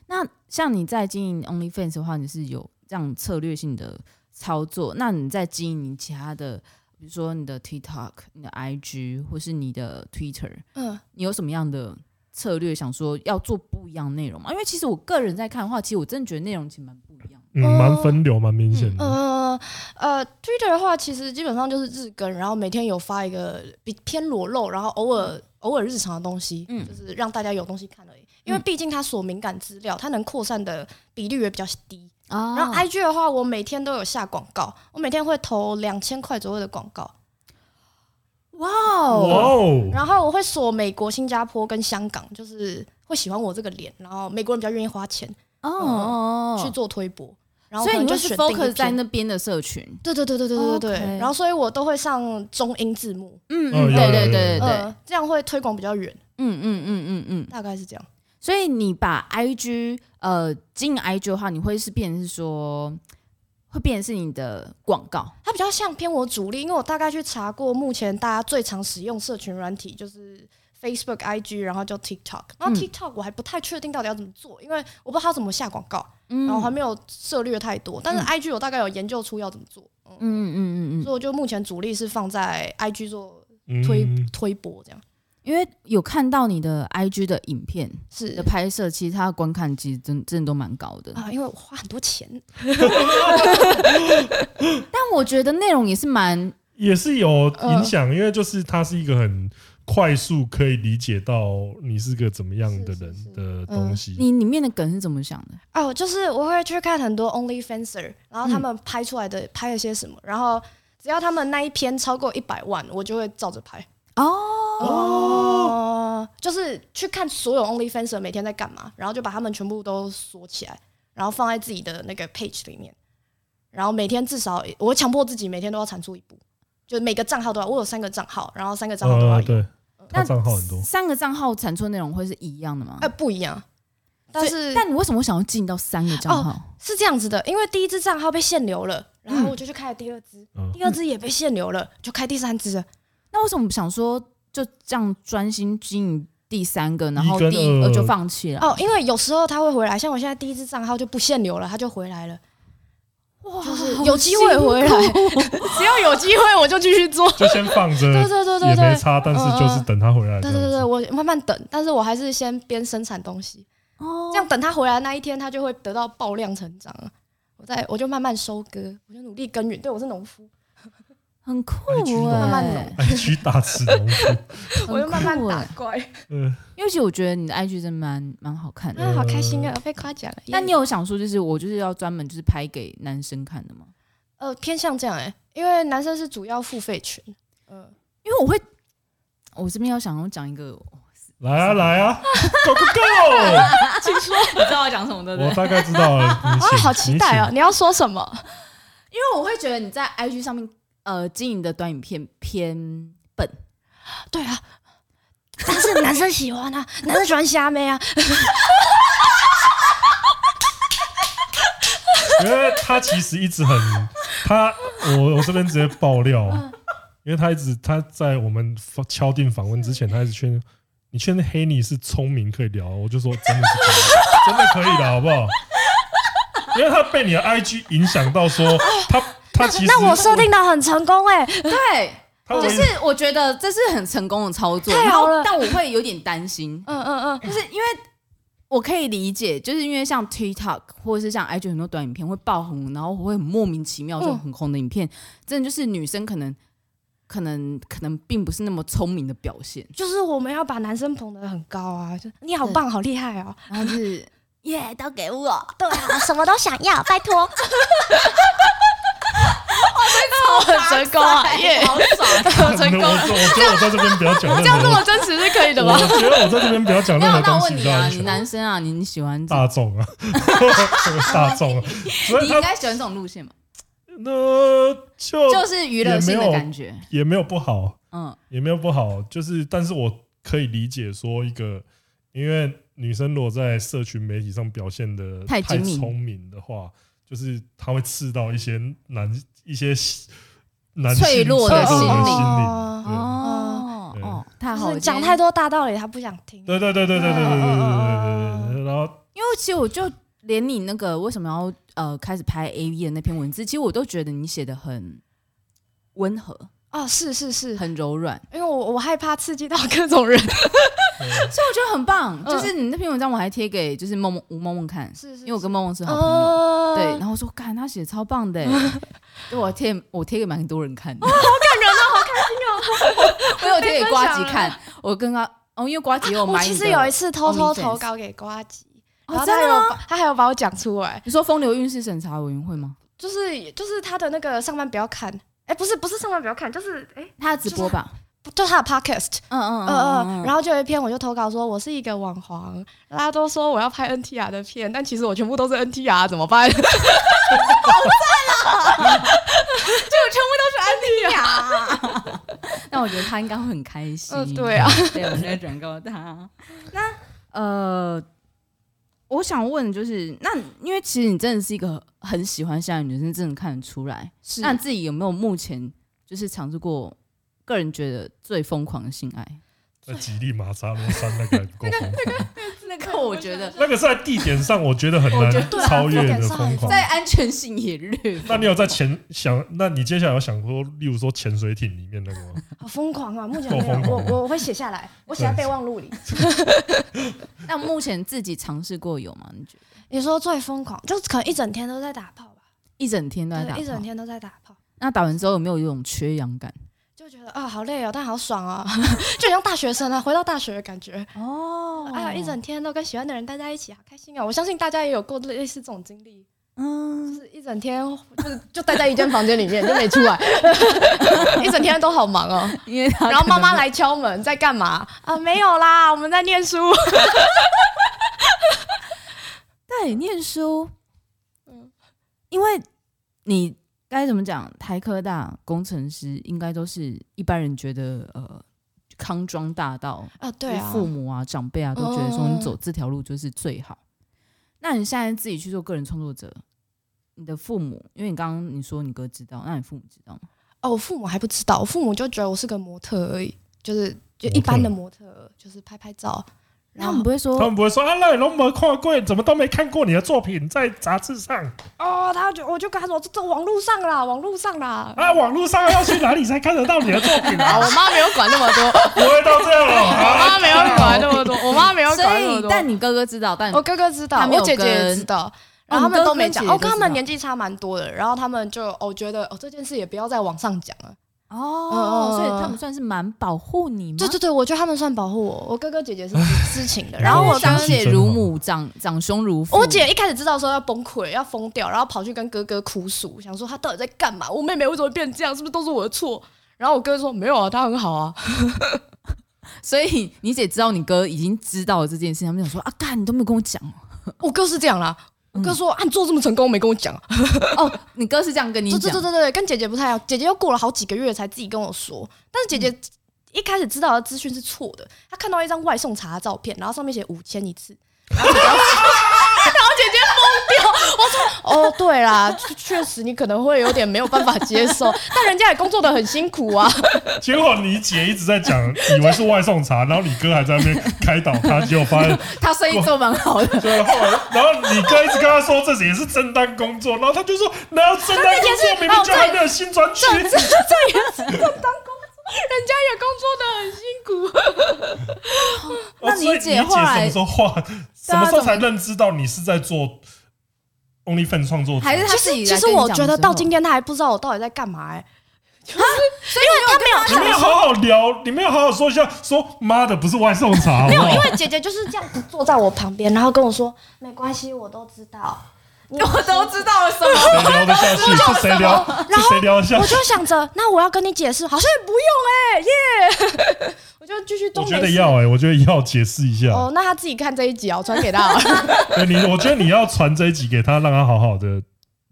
[SPEAKER 2] 那像你在经营 OnlyFans 的话，你是有这样策略性的操作，那你在经营你其他的，比如说你的 TikTok、你的 IG 或是你的 Twitter，
[SPEAKER 3] 嗯，
[SPEAKER 2] 你有什么样的策略想说要做不一样的内容吗？因为其实我个人在看的话，其实我真的觉得内容其实蛮不一样的。
[SPEAKER 1] 嗯，蛮分流，蛮明显
[SPEAKER 2] 嗯
[SPEAKER 1] 的。
[SPEAKER 3] 呃呃，Twitter 的话，其实基本上就是日更，然后每天有发一个比偏裸露，然后偶尔偶尔日常的东西，
[SPEAKER 2] 嗯
[SPEAKER 3] 就是让大家有东西看而已。因为
[SPEAKER 2] 嗯
[SPEAKER 3] 毕竟它所敏感资料，它能扩散的比率也比较低。
[SPEAKER 2] 啊
[SPEAKER 3] 然后 IG 的话，我每天都有下广告，我每天会投两千块左右的广告，
[SPEAKER 2] 哇
[SPEAKER 1] 哇
[SPEAKER 2] 哦，
[SPEAKER 1] 哦，
[SPEAKER 3] 然后我会锁美国、新加坡跟香港，就是会喜欢我这个脸，然后美国人比较愿意花钱
[SPEAKER 2] 哦哦，
[SPEAKER 3] 去做推播，然后
[SPEAKER 2] 所以
[SPEAKER 3] 可能
[SPEAKER 2] 你
[SPEAKER 3] 就
[SPEAKER 2] 就是
[SPEAKER 3] 选定一
[SPEAKER 2] focus 在
[SPEAKER 3] 篇
[SPEAKER 2] 那边的社群，
[SPEAKER 3] 对对对对对对对
[SPEAKER 2] OK
[SPEAKER 3] 对，然后所以我都会上中英字幕，
[SPEAKER 2] 嗯
[SPEAKER 1] 哦有
[SPEAKER 2] 嗯，对
[SPEAKER 1] 有有
[SPEAKER 2] 对对对
[SPEAKER 1] 有
[SPEAKER 2] 对，
[SPEAKER 3] 呃，这样会推广比较远，
[SPEAKER 2] 嗯嗯嗯嗯嗯，
[SPEAKER 3] 大概是这样。
[SPEAKER 2] 所以你把 IG 呃经营 IG 的话，你会是变成是说会变成是你的广告
[SPEAKER 3] 它比较像偏我主力，因为我大概去查过，目前大家最常使用社群软体就是 Facebook、IG，然后叫 TikTok。然后
[SPEAKER 2] 嗯
[SPEAKER 3] TikTok 我还不太确定到底要怎么做，因为我不知道它怎么下广告，
[SPEAKER 2] 嗯
[SPEAKER 3] 然后还没有涉略太多。但是 IG 我大概有研究出要怎么做，嗯，
[SPEAKER 2] 嗯嗯嗯嗯，
[SPEAKER 3] 所以我就目前主力是放在 IG 做
[SPEAKER 1] 嗯
[SPEAKER 3] 推、推播这样。
[SPEAKER 2] 因为有看到你的 IG 的影片
[SPEAKER 3] 是
[SPEAKER 2] 的拍摄，其实它的观看其实真真的都蛮高的，
[SPEAKER 3] 啊，因为我花很多钱，
[SPEAKER 2] 但我觉得内容也是蛮
[SPEAKER 1] 也是有
[SPEAKER 3] 嗯
[SPEAKER 1] 影响，因为就是它是一个很快速可以理解到你是个怎么样的
[SPEAKER 3] 是是嗯
[SPEAKER 1] 人
[SPEAKER 3] 是
[SPEAKER 1] 的东西。
[SPEAKER 2] 你里面的梗是怎么想的？
[SPEAKER 3] 哦，就是我会去看很多 OnlyFanser，然
[SPEAKER 2] 嗯
[SPEAKER 3] 后他们拍出来的、拍了些什么，然后只要他们那一篇超过一百万，我就会照着拍。哦，就是去看所有 OnlyFanser 每天在干嘛，然后就把他们全部都锁起来，然后放在自己的那个 page 里面，然后每天至少我强迫自己每天都要产出一部，就每个账号都要，我有三个账号，然后三个账号都要
[SPEAKER 1] 呃，
[SPEAKER 3] 有，
[SPEAKER 1] 对，他
[SPEAKER 2] 那
[SPEAKER 1] 账号很多。
[SPEAKER 2] 三个账号产出的内容会是一样的吗？
[SPEAKER 3] 哎、不一样，但
[SPEAKER 2] 所以
[SPEAKER 3] 是
[SPEAKER 2] 但你为什么会想要进到三个账号？
[SPEAKER 3] 是这样子的，因为第一只账号被限流了，然后我就去开了第二只，
[SPEAKER 1] 嗯
[SPEAKER 3] 第二只也被限流了，就开第三只了。
[SPEAKER 2] 那为什么不想说就这样专心经营第三个，然
[SPEAKER 1] 一
[SPEAKER 2] 后
[SPEAKER 1] 跟
[SPEAKER 2] 第一个呃
[SPEAKER 1] 二
[SPEAKER 2] 就放弃了？
[SPEAKER 3] 哦，因为有时候他会回来，像我现在第一只账号就不限流了，他就回来了。
[SPEAKER 2] 哇
[SPEAKER 3] 就是有机会回来， 只要有机会我就继续做。
[SPEAKER 1] 就先放着，
[SPEAKER 3] 对对对对
[SPEAKER 1] 也没
[SPEAKER 3] 对。
[SPEAKER 1] 差，但是就是等他回来。
[SPEAKER 3] 对对对对，，我慢慢等，但是我还是先边生产东西，
[SPEAKER 2] 哦
[SPEAKER 3] 这样等他回来那一天，他就会得到爆量成长啊。我再我就慢慢收割，我就努力耕耘。对我是农夫，
[SPEAKER 2] 很酷
[SPEAKER 1] IG 农
[SPEAKER 2] 哎、
[SPEAKER 3] 慢慢弄
[SPEAKER 1] 哎，去大吃农夫，
[SPEAKER 2] 很酷
[SPEAKER 3] 我就慢慢打
[SPEAKER 2] 欸
[SPEAKER 3] 怪。
[SPEAKER 1] 嗯，
[SPEAKER 2] 尤其我觉得你的 IG 真蛮蛮好看的。
[SPEAKER 3] 啊，好开心啊，被夸奖了。
[SPEAKER 2] 那
[SPEAKER 3] 耶
[SPEAKER 2] 你有想说，就是我就是要专门就是拍给男生看的吗？
[SPEAKER 3] 呃，偏向这样哎、欸，因为男生是主要付费群。嗯、
[SPEAKER 2] 因为我会我这边要想要讲一 个，
[SPEAKER 1] 来啊来啊，Go Go
[SPEAKER 2] 啊请说， 你知道我讲什么对
[SPEAKER 1] Go！
[SPEAKER 2] 不对
[SPEAKER 1] 我？大概知道了，你
[SPEAKER 3] 哦，
[SPEAKER 1] 请
[SPEAKER 3] 好期待哦！！你要说什么？
[SPEAKER 2] 因为我会觉得你在 IG 上面呃经营的短影片偏笨，
[SPEAKER 3] 对啊，但是男生喜欢啊，男生喜欢虾妹啊，
[SPEAKER 1] 你请因为他其实一直很他，我我这边直接爆料，
[SPEAKER 2] 嗯
[SPEAKER 1] 因为他一直他在我们敲定访问之前，他一直确认你确认黑你是聪明可以聊，我就说真的是可以，真的可以的好不好？因为他被你的 IG 影响到说他他其实
[SPEAKER 3] 那我设定的很成功哎、
[SPEAKER 2] 对，
[SPEAKER 1] 他唯一
[SPEAKER 2] 就是我觉得这是很成功的操作，
[SPEAKER 3] 太好了
[SPEAKER 2] 然后但我会有点担心，
[SPEAKER 3] 嗯嗯嗯，
[SPEAKER 2] 就是因为我可以理解，就是因为像 TikTok 或者是像 IG 很多短影片会爆红，然后会很莫名其妙就很红的影片，真的就是女生可能可能可能并不是那么聪明的表现，
[SPEAKER 3] 就是我们要把男生捧得很高啊，就你好棒，好厉害哦！
[SPEAKER 2] 然后 就是
[SPEAKER 4] 耶都给我，
[SPEAKER 3] 对啊，什么都想 要，拜托，
[SPEAKER 2] 很成功啊，
[SPEAKER 3] 哎
[SPEAKER 2] 耶， 好爽，
[SPEAKER 1] 我我 我觉得我在这边不要讲任何，
[SPEAKER 2] 真实是可以
[SPEAKER 1] 我觉得我在这边不要讲任
[SPEAKER 2] 那
[SPEAKER 1] 何
[SPEAKER 2] 那
[SPEAKER 1] 东
[SPEAKER 2] 我
[SPEAKER 1] 西，
[SPEAKER 2] 问你
[SPEAKER 1] 知道
[SPEAKER 2] 啊，你
[SPEAKER 1] 吗
[SPEAKER 2] 男生啊，你你喜欢这
[SPEAKER 1] 大众啊， 大众啊，所
[SPEAKER 2] 你
[SPEAKER 1] 以
[SPEAKER 2] 应
[SPEAKER 1] 他
[SPEAKER 2] 该喜欢这种路线嘛？
[SPEAKER 1] 那就
[SPEAKER 2] 就是娱乐性
[SPEAKER 1] 也没
[SPEAKER 2] 的
[SPEAKER 1] 有
[SPEAKER 2] 感觉，
[SPEAKER 1] 也没有不好，
[SPEAKER 2] 嗯，
[SPEAKER 1] 也没有不好，就是但是我可以理解说一个，因为女生如果在社群媒体上表现的
[SPEAKER 2] 太精明
[SPEAKER 1] 聪明的话，就是她会刺到一些男一些男性
[SPEAKER 2] 脆弱的
[SPEAKER 1] 脆
[SPEAKER 2] 心
[SPEAKER 1] 的
[SPEAKER 2] 灵
[SPEAKER 1] 心
[SPEAKER 3] 哦
[SPEAKER 1] 灵。
[SPEAKER 2] 哦
[SPEAKER 1] 嗯对
[SPEAKER 2] 哦，太
[SPEAKER 3] 就
[SPEAKER 2] 好
[SPEAKER 3] 是
[SPEAKER 2] 了，
[SPEAKER 3] 讲
[SPEAKER 2] 今天
[SPEAKER 3] 太多大道理，他不想听。
[SPEAKER 1] 对对对对对对对对对对对对，然后
[SPEAKER 2] 因为其实我就连你那个为什么要呃开始拍 A V 的那篇文字，其实我都觉得你写的很温和，
[SPEAKER 3] 哦，是是是，
[SPEAKER 2] 很柔软，
[SPEAKER 3] 因为我我害怕刺激到各种 人。
[SPEAKER 2] 所以我觉得很棒。
[SPEAKER 3] 嗯
[SPEAKER 2] 就是你那篇文章我还贴给就是梦梦吴梦梦看，
[SPEAKER 3] 是是
[SPEAKER 2] 因为我跟梦梦是好朋友，
[SPEAKER 3] 哦，
[SPEAKER 2] 对，然后我说干他写的超棒 的欸，对我贴我贴给蛮多哦人看的，好 感人哦，好开心哦，我有贴给瓜吉看，我跟他哦，因为瓜吉有
[SPEAKER 3] 我
[SPEAKER 2] 买
[SPEAKER 3] 其
[SPEAKER 2] 你
[SPEAKER 3] 实有一
[SPEAKER 2] 的，
[SPEAKER 3] 次偷
[SPEAKER 2] 哦
[SPEAKER 3] 偷
[SPEAKER 2] 你粉丝
[SPEAKER 3] 投稿给瓜吉，然
[SPEAKER 2] 哦
[SPEAKER 3] 后他还
[SPEAKER 2] 真
[SPEAKER 3] 有
[SPEAKER 2] 的吗？
[SPEAKER 3] 把他还有把我讲出来，
[SPEAKER 2] 你说风流运势审查委员会吗？
[SPEAKER 3] 就是就是他的那个上班不要看，哎，不是不是上班不要看，就是哎，
[SPEAKER 2] 他的直播吧，
[SPEAKER 3] 就他的 podcast，
[SPEAKER 2] 嗯嗯
[SPEAKER 3] 嗯
[SPEAKER 2] 嗯嗯嗯，
[SPEAKER 3] 嗯，然后就有一篇我就投稿说我是一个网红，大家都说我要拍 NTR 的片，但其实我全部都是 NTR，怎么办？
[SPEAKER 2] 啊 但我觉得他应该会很开心。
[SPEAKER 3] 嗯对啊，
[SPEAKER 2] 对，我在转告 他。那呃，我想问就是，那因为其实你真的是一个很喜欢下雨的女生，真的看得出来。
[SPEAKER 3] 是
[SPEAKER 2] 那你自己有没有目前就是尝试过个人觉得最疯狂的 性爱？
[SPEAKER 1] 在吉利马扎罗山那个还不够疯狂，
[SPEAKER 2] 那个我觉得
[SPEAKER 1] 那个是在地点上我觉得很
[SPEAKER 3] 我觉得
[SPEAKER 1] 难
[SPEAKER 3] 对啊
[SPEAKER 1] 超越
[SPEAKER 3] 地点
[SPEAKER 1] 的
[SPEAKER 3] 上
[SPEAKER 1] 疯狂。
[SPEAKER 2] 在安全性也 略
[SPEAKER 1] 那你有在潜想？那你接下来有想过，例如说潜水艇里面那个吗？
[SPEAKER 3] 好疯狂啊！目前
[SPEAKER 1] 够
[SPEAKER 3] 没
[SPEAKER 1] 疯
[SPEAKER 3] 有，我
[SPEAKER 1] 狂
[SPEAKER 3] 我我会写下来，我写在备忘录里。
[SPEAKER 2] 那目前自己尝试过有吗？你觉得
[SPEAKER 3] 你说最疯狂，就可能一整天都在打炮吧，
[SPEAKER 2] 一整天都在打
[SPEAKER 3] 对，
[SPEAKER 2] 炮，
[SPEAKER 3] 一整天都在打炮。
[SPEAKER 2] 那打完之后有没有一种缺氧感？
[SPEAKER 3] 就觉得啊、好累哦，但好爽哦， 就很像大学生啊，回到大学的感觉。
[SPEAKER 2] 哦
[SPEAKER 3] 啊，一整天都跟喜欢的人待在一起，好开心哦！我相信大家也有过类似这种经历，
[SPEAKER 2] 嗯
[SPEAKER 3] 就是一整天就是 就待在一间房间里面就没出来， 一整天都 好忙哦。
[SPEAKER 2] 因为他
[SPEAKER 3] 然后妈妈来敲门，在干嘛？啊，没有啦，我们在念书。
[SPEAKER 2] 对念书，
[SPEAKER 3] 嗯
[SPEAKER 2] 因为你该怎么讲，台科大工程师应该都是一般人觉得呃康庄大道，
[SPEAKER 3] 啊，对
[SPEAKER 2] 就是
[SPEAKER 3] 啊，
[SPEAKER 2] 父母啊长辈啊都觉得说
[SPEAKER 3] 嗯
[SPEAKER 2] 你走这条路就是最好。那你现在自己去做个人创作者，你的父母，因为你刚刚你说你哥知道，那你父母知道吗？
[SPEAKER 3] 哦，我父母还不知道，我父母就觉得我是个模特而已，就是就一般的模特，就是拍拍照。然
[SPEAKER 2] 那我
[SPEAKER 3] 后
[SPEAKER 2] 们不会
[SPEAKER 1] 他
[SPEAKER 2] 说
[SPEAKER 1] 们不会说啊，那你都没看过，怎么都没看过你的作品在杂志上
[SPEAKER 3] 哦，他就我就跟他说，这这网络上啦，网络上啦。
[SPEAKER 1] 啊，网络上要去哪里才看得到你的作品
[SPEAKER 3] 啊，
[SPEAKER 1] 啊？
[SPEAKER 3] 我妈没有管那么多，
[SPEAKER 1] 不会到这样
[SPEAKER 3] 我
[SPEAKER 1] 啊？
[SPEAKER 3] 妈没有管那么多， 我妈没有
[SPEAKER 2] 所
[SPEAKER 3] 管那么
[SPEAKER 2] 以，
[SPEAKER 3] 多。
[SPEAKER 2] 但你哥哥知道，但
[SPEAKER 3] 我哥哥知道，
[SPEAKER 2] 他没有
[SPEAKER 3] 我姐姐也知道，然后他
[SPEAKER 2] 哦你哥哥
[SPEAKER 3] 们都没
[SPEAKER 2] 跟姐
[SPEAKER 3] 讲。
[SPEAKER 2] 姐
[SPEAKER 3] 哦
[SPEAKER 2] 都
[SPEAKER 3] 我跟他
[SPEAKER 2] 知
[SPEAKER 3] 们
[SPEAKER 2] 道
[SPEAKER 3] 年纪差蛮多的，然后他们就哦觉得哦这件事也不要在网上讲了。
[SPEAKER 2] 哦，
[SPEAKER 3] 嗯
[SPEAKER 2] 所以他们算是蛮保护你吗？
[SPEAKER 3] 对对对，我觉得他们算保护我，我哥哥姐姐是知知情的。
[SPEAKER 1] 然
[SPEAKER 2] 然
[SPEAKER 3] 然后
[SPEAKER 2] 后
[SPEAKER 1] 后
[SPEAKER 2] 我
[SPEAKER 1] 我
[SPEAKER 2] 长
[SPEAKER 1] 相
[SPEAKER 2] 姐
[SPEAKER 1] 信
[SPEAKER 2] 如
[SPEAKER 1] 真的
[SPEAKER 2] 母，长长兄如父。
[SPEAKER 3] 我姐一开始知道说要崩溃要疯掉，然后跑去跟哥哥哭诉，想说他到底在干嘛？我妹妹为什么变这样？是不是都是我的错？然后我哥说没有啊，她很好啊。
[SPEAKER 2] 所以你姐知道你哥已经知道了这件事情，他们想说啊，干你都没有跟我讲哦
[SPEAKER 3] 我哥是这样啦，我哥说啊，你做这么成功没跟我讲啊，
[SPEAKER 2] 哦，你哥是这样跟你
[SPEAKER 3] 对
[SPEAKER 2] 讲，
[SPEAKER 3] 对对对对，跟姐姐不太一样，姐姐又过了好几个月才自己跟我说，但是姐姐
[SPEAKER 2] 嗯
[SPEAKER 3] 一开始知道的资讯是错的，她看到一张外送茶的照片，然后上面写五千 一次。 然后姐姐然后姐姐疯掉，我说哦，对啦，确确实你可能会有点没有办法接 受，但人家也工作的很辛苦啊。
[SPEAKER 1] 结果你姐一直在讲，以为是外送茶，然后你哥还在那边开导他，结果发 现，
[SPEAKER 2] 他生意做蛮好的，
[SPEAKER 1] 对，啊后来，然后你哥一直跟他说这也是正当工作，然后他就说，哪有正当工作？明明就还没有新专区。
[SPEAKER 3] 人家也工作的很辛 苦。
[SPEAKER 1] 哦
[SPEAKER 2] 那
[SPEAKER 1] 所以
[SPEAKER 2] 你
[SPEAKER 1] 你
[SPEAKER 2] 姐
[SPEAKER 1] 姐
[SPEAKER 2] 后来
[SPEAKER 1] 什么时候画？什么时候才认知到你是在做 OnlyFans 创作者？
[SPEAKER 2] 还是他
[SPEAKER 3] 其
[SPEAKER 2] 自己
[SPEAKER 3] 实
[SPEAKER 2] 来
[SPEAKER 3] 其实
[SPEAKER 2] 跟你
[SPEAKER 3] 我
[SPEAKER 2] 讲
[SPEAKER 3] 觉得
[SPEAKER 2] 的时
[SPEAKER 3] 到
[SPEAKER 2] 候
[SPEAKER 3] 今天他还不知道我到底在干嘛 哎、
[SPEAKER 2] 所以没有
[SPEAKER 1] 你没有好好聊，你没有好好说一下，说妈的不是外送茶， 好不好
[SPEAKER 3] 因？为姐姐就是这样子坐在我旁边，然后跟我说没关系，我都知道。你
[SPEAKER 2] 我都知道了什么。
[SPEAKER 1] 谁聊得下去？是谁聊？
[SPEAKER 3] 然
[SPEAKER 1] 是
[SPEAKER 3] 后
[SPEAKER 1] 谁聊得下
[SPEAKER 3] 我
[SPEAKER 1] 去？
[SPEAKER 3] 就想着，那我要跟你解释，好像也不用哎、耶、我就继续
[SPEAKER 1] 我
[SPEAKER 3] 东
[SPEAKER 1] 觉得
[SPEAKER 3] 北式。
[SPEAKER 1] 要哎、我觉得要解释一下。
[SPEAKER 3] 哦，那他自己看这一集啊，我传给 他好了。
[SPEAKER 1] 对你，我觉得你要传这一集给他，让他好好的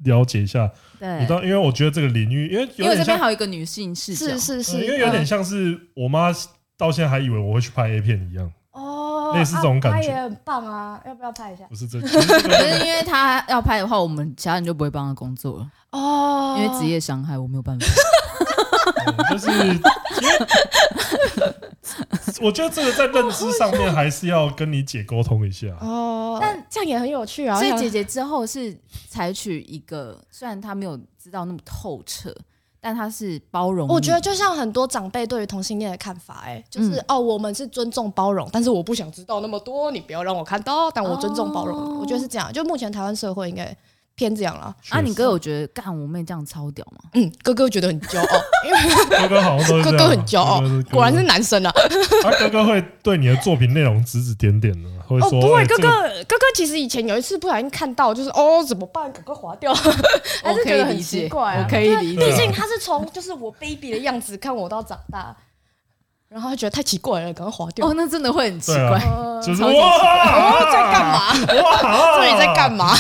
[SPEAKER 1] 了解一下。你
[SPEAKER 2] 对，
[SPEAKER 1] 当因为我觉得这个领域，因为
[SPEAKER 2] 因
[SPEAKER 1] 有
[SPEAKER 2] 为这
[SPEAKER 1] 点
[SPEAKER 2] 边
[SPEAKER 1] 像，
[SPEAKER 2] 还有一个女性视角，
[SPEAKER 3] 是是是，
[SPEAKER 1] 嗯因为有点像是我妈到现在还以为我会去拍 A 片一样，
[SPEAKER 3] 嗯哦，
[SPEAKER 1] 类似这种感觉
[SPEAKER 3] 啊他也很棒啊，要不要拍一下？
[SPEAKER 1] 不是这，不是这
[SPEAKER 2] 可
[SPEAKER 1] 个
[SPEAKER 2] 是因为他要拍的话，我们其他人就不会帮他工作了，
[SPEAKER 3] 哦
[SPEAKER 2] 因为职业伤害，我没有办
[SPEAKER 1] 嗯
[SPEAKER 2] 法。
[SPEAKER 1] 就是 因为 我觉得这个在认知上面还是要跟你姐沟通一下。
[SPEAKER 2] 啊
[SPEAKER 3] 哦，但这样也很有趣啊。
[SPEAKER 2] 所以
[SPEAKER 3] 像
[SPEAKER 2] 姐姐之后是采取一个，虽然她没有知道那么透彻，但她是包容你。
[SPEAKER 3] 我觉得就像很多长辈对于同性恋的看法、哎，就是、
[SPEAKER 2] 嗯
[SPEAKER 3] 哦，我们是尊重包容，但是我不想知道那么多，你不要让我看到，但我尊重包容你。
[SPEAKER 2] 哦
[SPEAKER 3] 我觉得是这样，就目前台湾社会应该偏这样了。
[SPEAKER 2] 啊，你哥有觉得干我妹这样超屌吗？
[SPEAKER 3] 嗯，哥哥觉得很骄傲，因为
[SPEAKER 1] 哥哥好像都是
[SPEAKER 3] 哥
[SPEAKER 1] 这样啊
[SPEAKER 3] 哥很骄傲
[SPEAKER 1] 哥哥哥，哥
[SPEAKER 3] 果然是男生啊。
[SPEAKER 1] 他哥哥会对你的作品内容指指点点的，会
[SPEAKER 3] 哦，
[SPEAKER 1] 说：“
[SPEAKER 3] 不会，
[SPEAKER 1] 哎
[SPEAKER 3] 哥
[SPEAKER 1] 这
[SPEAKER 3] 哥
[SPEAKER 1] 个
[SPEAKER 3] 哥哥其实以前有一次不小心看到，就是哦怎么办，赶快划掉，还是觉得很奇怪啊。
[SPEAKER 2] 我可以理
[SPEAKER 3] 因
[SPEAKER 2] 解
[SPEAKER 1] 对
[SPEAKER 3] 为毕
[SPEAKER 1] 啊
[SPEAKER 3] 竟他是从就是我 baby 的样子看我到长大，然后他觉得太奇怪了，赶快划掉
[SPEAKER 2] 哦，。那真的会很奇
[SPEAKER 1] 对
[SPEAKER 2] 怪。
[SPEAKER 1] 啊
[SPEAKER 3] 呃
[SPEAKER 1] 就是
[SPEAKER 2] 超级
[SPEAKER 1] 哇，
[SPEAKER 3] 哦，在干嘛？
[SPEAKER 1] 哇，
[SPEAKER 3] 到底在干嘛？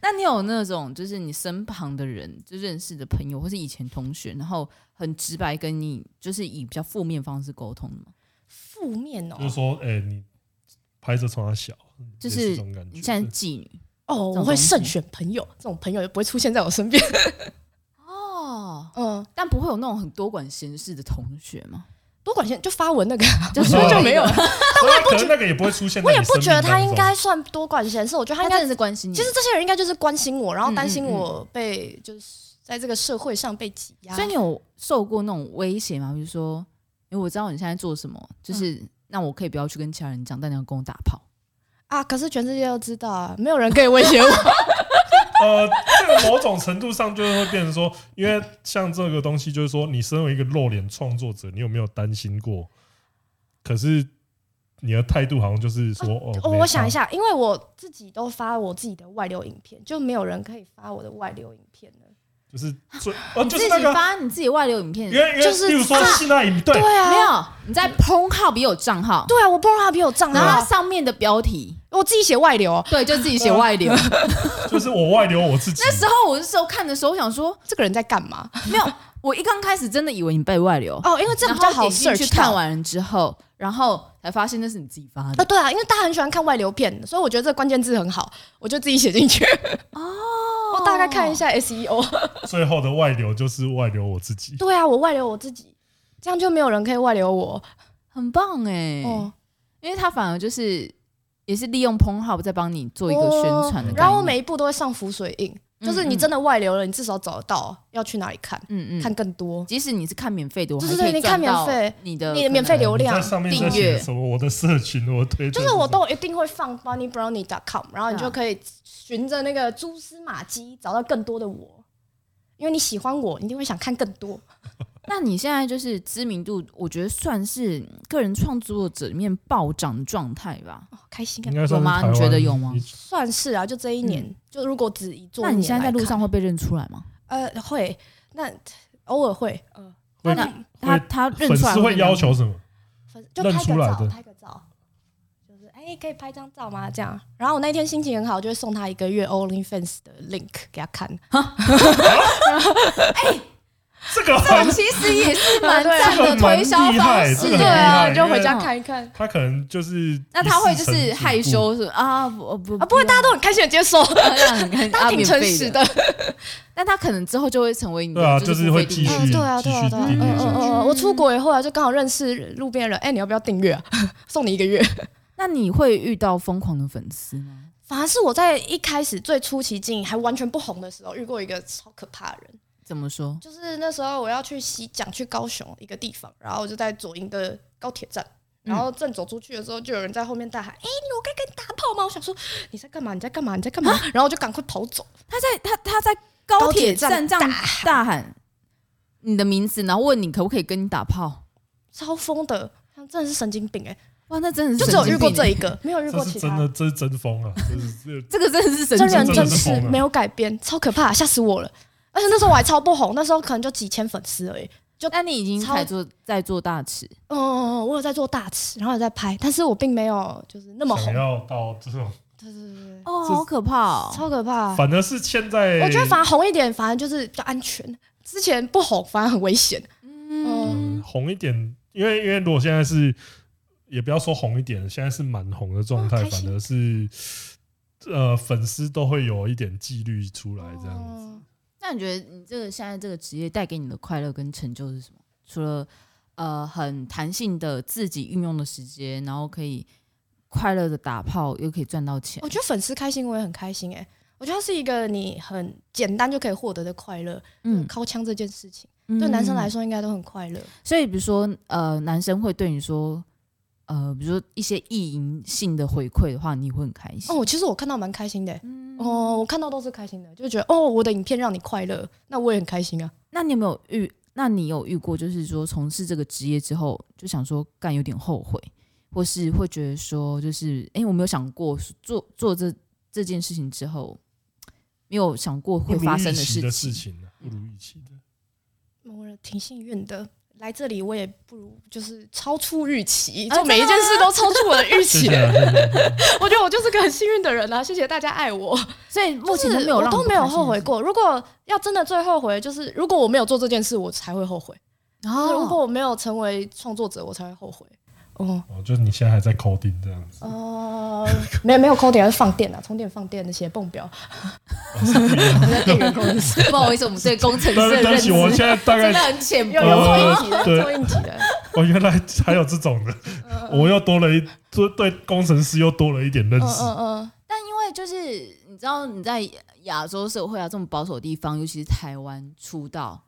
[SPEAKER 2] 那你有那种就是你身旁的人，就认识的朋友或是以前同学，然后很直白跟你就是以比较负面方式沟通的吗？
[SPEAKER 3] 负面哦
[SPEAKER 1] 就是说，哎、你拍着从他小，
[SPEAKER 2] 就是
[SPEAKER 1] 类似这种感觉。
[SPEAKER 2] 你现在是妓女
[SPEAKER 3] 哦，
[SPEAKER 2] 这种
[SPEAKER 3] 我会
[SPEAKER 2] 东西
[SPEAKER 3] 慎选朋友，这种朋友也不会出现在我身边。
[SPEAKER 2] 哦，
[SPEAKER 3] 嗯，
[SPEAKER 2] 但不会有那种很多管闲事的同学 吗？
[SPEAKER 3] 多管闲就发文那个，
[SPEAKER 2] 就是
[SPEAKER 3] 就没有了。
[SPEAKER 1] 但我也不觉得那个也不会出现在
[SPEAKER 3] 我也
[SPEAKER 1] 你
[SPEAKER 3] 不
[SPEAKER 1] 生命
[SPEAKER 3] 觉得他
[SPEAKER 1] 当
[SPEAKER 3] 应
[SPEAKER 1] 中
[SPEAKER 3] 该算多管闲事，我觉得他
[SPEAKER 2] 他
[SPEAKER 3] 应
[SPEAKER 2] 真
[SPEAKER 3] 该
[SPEAKER 2] 的是关心你，
[SPEAKER 3] 其实这些人应该就是关心我，然后担心
[SPEAKER 2] 嗯嗯嗯
[SPEAKER 3] 我被就是在这个社会上被挤压。
[SPEAKER 2] 啊所以你有受过那种威胁吗？比如说，因为我知道你现在做什么，就是、那我可以不要去跟其他人讲，但你要跟我打炮。
[SPEAKER 3] 啊，可是全世界都知道啊，没有人可以威胁我。
[SPEAKER 1] 呃，这个某种程度上就是会变成说，因为像这个东西，就是说，你身为一个露脸创作者，你有没有担心过？可是你的态度好像就是说，哦，
[SPEAKER 3] 哦
[SPEAKER 1] 没
[SPEAKER 3] 我想
[SPEAKER 1] 差
[SPEAKER 3] 一，下，因为我自己都发我自己的外流影片，就没有人可以发我的外流影片了。
[SPEAKER 1] 就是 最哦，
[SPEAKER 2] 你
[SPEAKER 1] 就是
[SPEAKER 2] 自己
[SPEAKER 1] 那个，
[SPEAKER 2] 发你自己外流影片，
[SPEAKER 1] 因为因为，
[SPEAKER 3] 就是
[SPEAKER 1] 例如说
[SPEAKER 3] 他
[SPEAKER 1] 现在影对，
[SPEAKER 3] 啊
[SPEAKER 2] 没有你在 p o n 号也有账号，
[SPEAKER 3] 对啊，我碰到他比我胀
[SPEAKER 2] 然后它
[SPEAKER 3] 啊，
[SPEAKER 2] 上面的标题，
[SPEAKER 3] 我自己写外流哦，
[SPEAKER 2] 对，就自己写外流。
[SPEAKER 1] 就是我外流我自己，
[SPEAKER 2] 那时候我那时候看的时候，我想说，
[SPEAKER 3] 这个人在干嘛？
[SPEAKER 2] 没有，我一刚开始真的以为你被外流，
[SPEAKER 3] 哦，因为这比较好
[SPEAKER 2] 然后点进
[SPEAKER 3] search
[SPEAKER 2] 去
[SPEAKER 3] 到
[SPEAKER 2] 看完了之后，然后才发现那是你自己发
[SPEAKER 3] 啊，
[SPEAKER 2] 的。
[SPEAKER 3] 对啊，因为大家很喜欢看外流片，所以我觉得这个关键字很好，我就自己写进去。哦， 我大概看一下 SEO。
[SPEAKER 1] 最后的外流就是外流我自己。
[SPEAKER 3] 对啊，我外流我自己，这样就没有人可以外流我。
[SPEAKER 2] 很棒哎、
[SPEAKER 3] 哦，
[SPEAKER 2] 因为他反而就是也是利用 p o n 号在帮你做一个宣传的概念、
[SPEAKER 3] 哦然后我每一步都会上浮水印，就是你
[SPEAKER 2] 嗯嗯
[SPEAKER 3] 真的外流了，你至少找得到要去哪里看，
[SPEAKER 2] 嗯嗯
[SPEAKER 3] 看更多。
[SPEAKER 2] 即使你是看免费的，我
[SPEAKER 3] 对
[SPEAKER 2] 还
[SPEAKER 3] 对
[SPEAKER 2] 可
[SPEAKER 3] 对
[SPEAKER 2] 以
[SPEAKER 3] 你看
[SPEAKER 2] 赚到
[SPEAKER 3] 免费
[SPEAKER 2] 你的可
[SPEAKER 3] 你的
[SPEAKER 2] 能
[SPEAKER 3] 免费流
[SPEAKER 1] 你
[SPEAKER 3] 量
[SPEAKER 1] 在上面在
[SPEAKER 2] 订
[SPEAKER 1] 写
[SPEAKER 2] 阅
[SPEAKER 1] 什么？我的社群，我推特
[SPEAKER 3] 就是
[SPEAKER 1] 什
[SPEAKER 3] 是
[SPEAKER 1] 么
[SPEAKER 3] 我都一定会放 Bunny Brownie com，然后你
[SPEAKER 2] 对啊
[SPEAKER 3] 就可以循着那个蛛丝马迹找到更多的我，因为你喜欢我，你一定会想看更多。
[SPEAKER 2] 那你现在就是知名度，我觉得算是个人创作者里面暴涨的状态吧。
[SPEAKER 3] 哦，开心
[SPEAKER 1] 应
[SPEAKER 3] 啊！
[SPEAKER 1] 该算是
[SPEAKER 2] 有吗
[SPEAKER 1] 台湾
[SPEAKER 2] 你觉得有吗
[SPEAKER 1] 你
[SPEAKER 3] 算是啊，就这一年，就如果只一做，
[SPEAKER 2] 嗯那你现在在路上会被认出来吗？
[SPEAKER 3] 呃会，那偶尔会，
[SPEAKER 1] 会
[SPEAKER 2] 那他他认
[SPEAKER 1] 粉
[SPEAKER 2] 出来
[SPEAKER 1] 丝
[SPEAKER 2] 会
[SPEAKER 1] 会
[SPEAKER 2] 跟你讲
[SPEAKER 1] 要求什么？
[SPEAKER 3] 分就
[SPEAKER 1] 认
[SPEAKER 3] 拍
[SPEAKER 1] 出
[SPEAKER 3] 个
[SPEAKER 1] 来
[SPEAKER 3] 照，
[SPEAKER 1] 的
[SPEAKER 3] 拍个照，就是哎、可以拍张照吗？这样。然后我那天心情很好，就会送他一个月 OnlyFans 的 link 给他看。
[SPEAKER 1] 这个
[SPEAKER 2] 这
[SPEAKER 1] 很
[SPEAKER 2] 啊其实也是 蛮赞
[SPEAKER 1] 这
[SPEAKER 2] 的
[SPEAKER 1] 个蛮
[SPEAKER 2] 推销
[SPEAKER 1] 厉
[SPEAKER 2] 方
[SPEAKER 1] 害
[SPEAKER 2] 式，
[SPEAKER 1] 这个很厉
[SPEAKER 3] 对啊，
[SPEAKER 1] 害
[SPEAKER 3] 你就回家
[SPEAKER 2] 因为
[SPEAKER 3] 看一看。
[SPEAKER 1] 他可能就是
[SPEAKER 2] 那他会就
[SPEAKER 1] 一
[SPEAKER 2] 是
[SPEAKER 1] 时
[SPEAKER 2] 害
[SPEAKER 1] 成主顾，
[SPEAKER 2] 羞是啊不不
[SPEAKER 3] 啊，不过大家都很开心的接受，
[SPEAKER 2] 大家很啊看
[SPEAKER 3] 大家挺诚实的。。
[SPEAKER 2] 但他可能之后就会成为你的
[SPEAKER 1] 对啊，
[SPEAKER 2] 就
[SPEAKER 1] 就是是
[SPEAKER 2] 付费
[SPEAKER 1] 会
[SPEAKER 2] 订
[SPEAKER 1] 继
[SPEAKER 2] 阅
[SPEAKER 1] 续
[SPEAKER 3] 嗯
[SPEAKER 1] 继
[SPEAKER 3] 对啊对啊
[SPEAKER 1] 续
[SPEAKER 3] 对啊
[SPEAKER 1] 订阅
[SPEAKER 3] 嗯
[SPEAKER 1] 下
[SPEAKER 3] 嗯
[SPEAKER 1] 去。
[SPEAKER 3] 嗯，我出国以后啊，就刚好认识路边人，哎、你要不要订阅 啊？送你一个月。
[SPEAKER 2] 那你会遇到疯狂的粉丝吗？
[SPEAKER 3] 反而是我在一开始最初期经营还完全不红的时候，遇过一个超可怕的人。
[SPEAKER 2] 怎么说？
[SPEAKER 3] 就是那时候我要去西讲去高雄一个地方，然后我就在左营的高铁站，然后正走出去的时候，就有人在后面大喊：“哎、我该跟你打炮吗？”我想说你在干嘛？你在干嘛？你在干嘛？ 然后我就赶快跑走。
[SPEAKER 2] 他在他他在高铁站
[SPEAKER 3] 高铁站
[SPEAKER 2] 这样大喊你的名字，然后问你可不可以跟你打炮？
[SPEAKER 3] 超疯的，他真的是神经病哎、
[SPEAKER 2] 哇，那真的是
[SPEAKER 3] 就只有遇过
[SPEAKER 2] 神经
[SPEAKER 3] 这
[SPEAKER 2] 病
[SPEAKER 3] 一个，没有遇
[SPEAKER 1] 这
[SPEAKER 3] 过
[SPEAKER 1] 是
[SPEAKER 3] 其
[SPEAKER 1] 真
[SPEAKER 3] 他。
[SPEAKER 1] 的，这是真疯啊！这是 这
[SPEAKER 2] 这个真的是神
[SPEAKER 3] 真
[SPEAKER 2] 经
[SPEAKER 3] 人
[SPEAKER 2] 病
[SPEAKER 3] 真
[SPEAKER 1] 是疯
[SPEAKER 3] 事
[SPEAKER 1] 了
[SPEAKER 3] 没有改编，超可怕，吓死我了！而且那时候我还超不红，那时候可能就几千粉丝而已。
[SPEAKER 2] 但你已经
[SPEAKER 3] 超
[SPEAKER 2] 在做在做大尺，
[SPEAKER 3] 嗯嗯，嗯我有在做大吃，然后有在拍，但是我并没有就是那么红
[SPEAKER 1] 想。要到这种，
[SPEAKER 3] 对对对对，
[SPEAKER 2] 哦，
[SPEAKER 1] 这
[SPEAKER 2] 好可怕哦！
[SPEAKER 3] 超可怕。
[SPEAKER 1] 反而是现在
[SPEAKER 3] 我觉得反而红一点，反而就是比较安全。之前不红反而很危险。
[SPEAKER 2] 嗯
[SPEAKER 1] 嗯，红一点，因为因为如果现在是，也不要说红一点，现在是蛮红的状态，
[SPEAKER 3] 哦开
[SPEAKER 1] 反
[SPEAKER 3] 心
[SPEAKER 1] 而是呃粉丝都会有一点纪律出来这样子。
[SPEAKER 3] 嗯
[SPEAKER 2] 那你觉得你这个现在这个职业带给你的快乐跟成就是什么？除了呃很弹性的自己运用的时间，然后可以快乐的打炮，又可以赚到钱
[SPEAKER 3] 我，觉得粉丝开心，我也很开心哎、我觉得它是一个你很简单就可以获得的快乐。嗯，
[SPEAKER 2] 嗯，
[SPEAKER 3] 掏枪这件事情对男生来，说应该都很快乐。
[SPEAKER 2] 所以比如说呃男生会对你说呃比如说一些意淫性的回馈的话，你会很开心。
[SPEAKER 3] 哦，其实我看到蛮开心的欸、
[SPEAKER 2] 嗯
[SPEAKER 3] 哦，我看到都是开心的，就觉得哦，我的影片让你快乐，那我也很开心啊。
[SPEAKER 2] 那你有没有遇？那你有遇过，就是说从事这个职业之后，就想说干有点后悔，或是会觉得说，就是哎、诶我没有想过做做这这件事情之后，没有想过
[SPEAKER 1] 不
[SPEAKER 2] 会
[SPEAKER 1] 如
[SPEAKER 2] 发
[SPEAKER 1] 预
[SPEAKER 2] 生
[SPEAKER 1] 期
[SPEAKER 2] 事
[SPEAKER 1] 的
[SPEAKER 2] 情。
[SPEAKER 1] 事情啊，不如预期 的。
[SPEAKER 3] 我挺幸运的，来这里我也不如就是超出预期，
[SPEAKER 2] 啊
[SPEAKER 3] 就每一
[SPEAKER 2] 真
[SPEAKER 3] 件
[SPEAKER 2] 的吗
[SPEAKER 3] 事都超出我的预
[SPEAKER 1] 谢
[SPEAKER 3] 期。
[SPEAKER 1] 谢啊，谢谢啊。
[SPEAKER 3] 我觉得我就是个很幸运的人啊，谢谢大家爱我。
[SPEAKER 2] 所以目前都
[SPEAKER 3] 就是
[SPEAKER 2] 没有
[SPEAKER 3] 我
[SPEAKER 2] 让
[SPEAKER 3] 都
[SPEAKER 2] 你不
[SPEAKER 3] 没有
[SPEAKER 2] 开心
[SPEAKER 3] 后
[SPEAKER 2] 的
[SPEAKER 3] 悔
[SPEAKER 2] 事
[SPEAKER 3] 过。如果要真的最后悔，就是如果我没有做这件事，我才会后悔；
[SPEAKER 2] 情。
[SPEAKER 3] 就是如果
[SPEAKER 2] 哦，
[SPEAKER 3] 我没有成为创作者，我才会后悔。哦
[SPEAKER 1] 哦，就是你现在还在 coding 这样子，
[SPEAKER 3] 哦，没有没有抠点，是放电啊， 充电放电的写泵 表，我在电源公司，
[SPEAKER 2] 不好意思，我们对工程师
[SPEAKER 1] 但
[SPEAKER 2] 的
[SPEAKER 1] 是但
[SPEAKER 2] 认
[SPEAKER 1] 是
[SPEAKER 2] 知
[SPEAKER 1] 我现在大
[SPEAKER 2] 真的
[SPEAKER 1] 概
[SPEAKER 2] 很浅
[SPEAKER 3] 有
[SPEAKER 2] 薄。
[SPEAKER 3] 有
[SPEAKER 1] 呃
[SPEAKER 3] 做硬体的，
[SPEAKER 1] 对
[SPEAKER 3] 做硬体的。
[SPEAKER 1] 我原来还有这种的，我又多了一对对工程师又多了一点认
[SPEAKER 3] 嗯
[SPEAKER 1] 识。
[SPEAKER 3] 嗯嗯，
[SPEAKER 2] 但因为就是你知道你在亚洲社会啊这么保守的地方，尤其是台湾出道，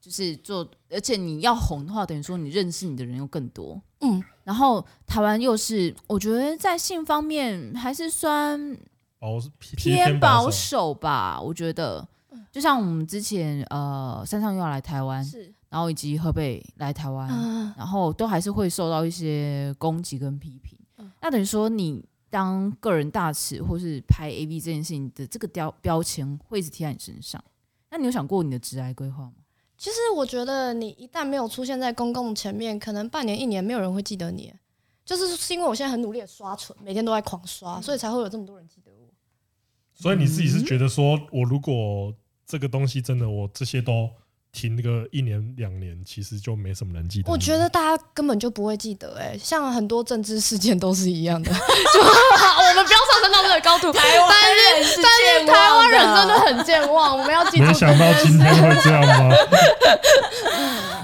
[SPEAKER 2] 就是做，而且你要红的话，等于说你认识你的人又更多。
[SPEAKER 3] 嗯，
[SPEAKER 2] 然后台湾又是我觉得在性方面还是算
[SPEAKER 1] 保偏
[SPEAKER 2] 偏保
[SPEAKER 1] 保，
[SPEAKER 2] 守吧，我觉得。就像我们之前呃，山上又要来台湾，
[SPEAKER 3] 嗯是，
[SPEAKER 2] 然后以及河北来台湾，
[SPEAKER 3] 嗯
[SPEAKER 2] 然后都还是会受到一些攻击跟批评。
[SPEAKER 3] 嗯
[SPEAKER 2] 那等于说，你当个人大使或是拍 A V 这件事情的这个标标签会一直贴在你身上。那你有想过你的职涯规划吗？
[SPEAKER 3] 其实我觉得你一旦没有出现在公共前面，可能半年一年没有人会记得你，就是是因为我现在很努力的刷存，每天都在狂刷，所以才会有这么多人记得我。
[SPEAKER 1] 所以你自己是
[SPEAKER 3] 嗯
[SPEAKER 1] 觉得说，我如果这个东西真的我这些都停个一年两年，其实就没什么人记得。
[SPEAKER 3] 我觉得大家根本就不会记得、欸，哎，像很多政治事件都是一 样的，就我们不要上升到那个高度。台
[SPEAKER 2] 湾
[SPEAKER 3] 但
[SPEAKER 2] 人
[SPEAKER 3] 是
[SPEAKER 2] 是
[SPEAKER 3] 但是
[SPEAKER 2] 健忘的
[SPEAKER 3] 台湾人真的很健忘，我们要记住
[SPEAKER 1] 没想到今天会这样吗？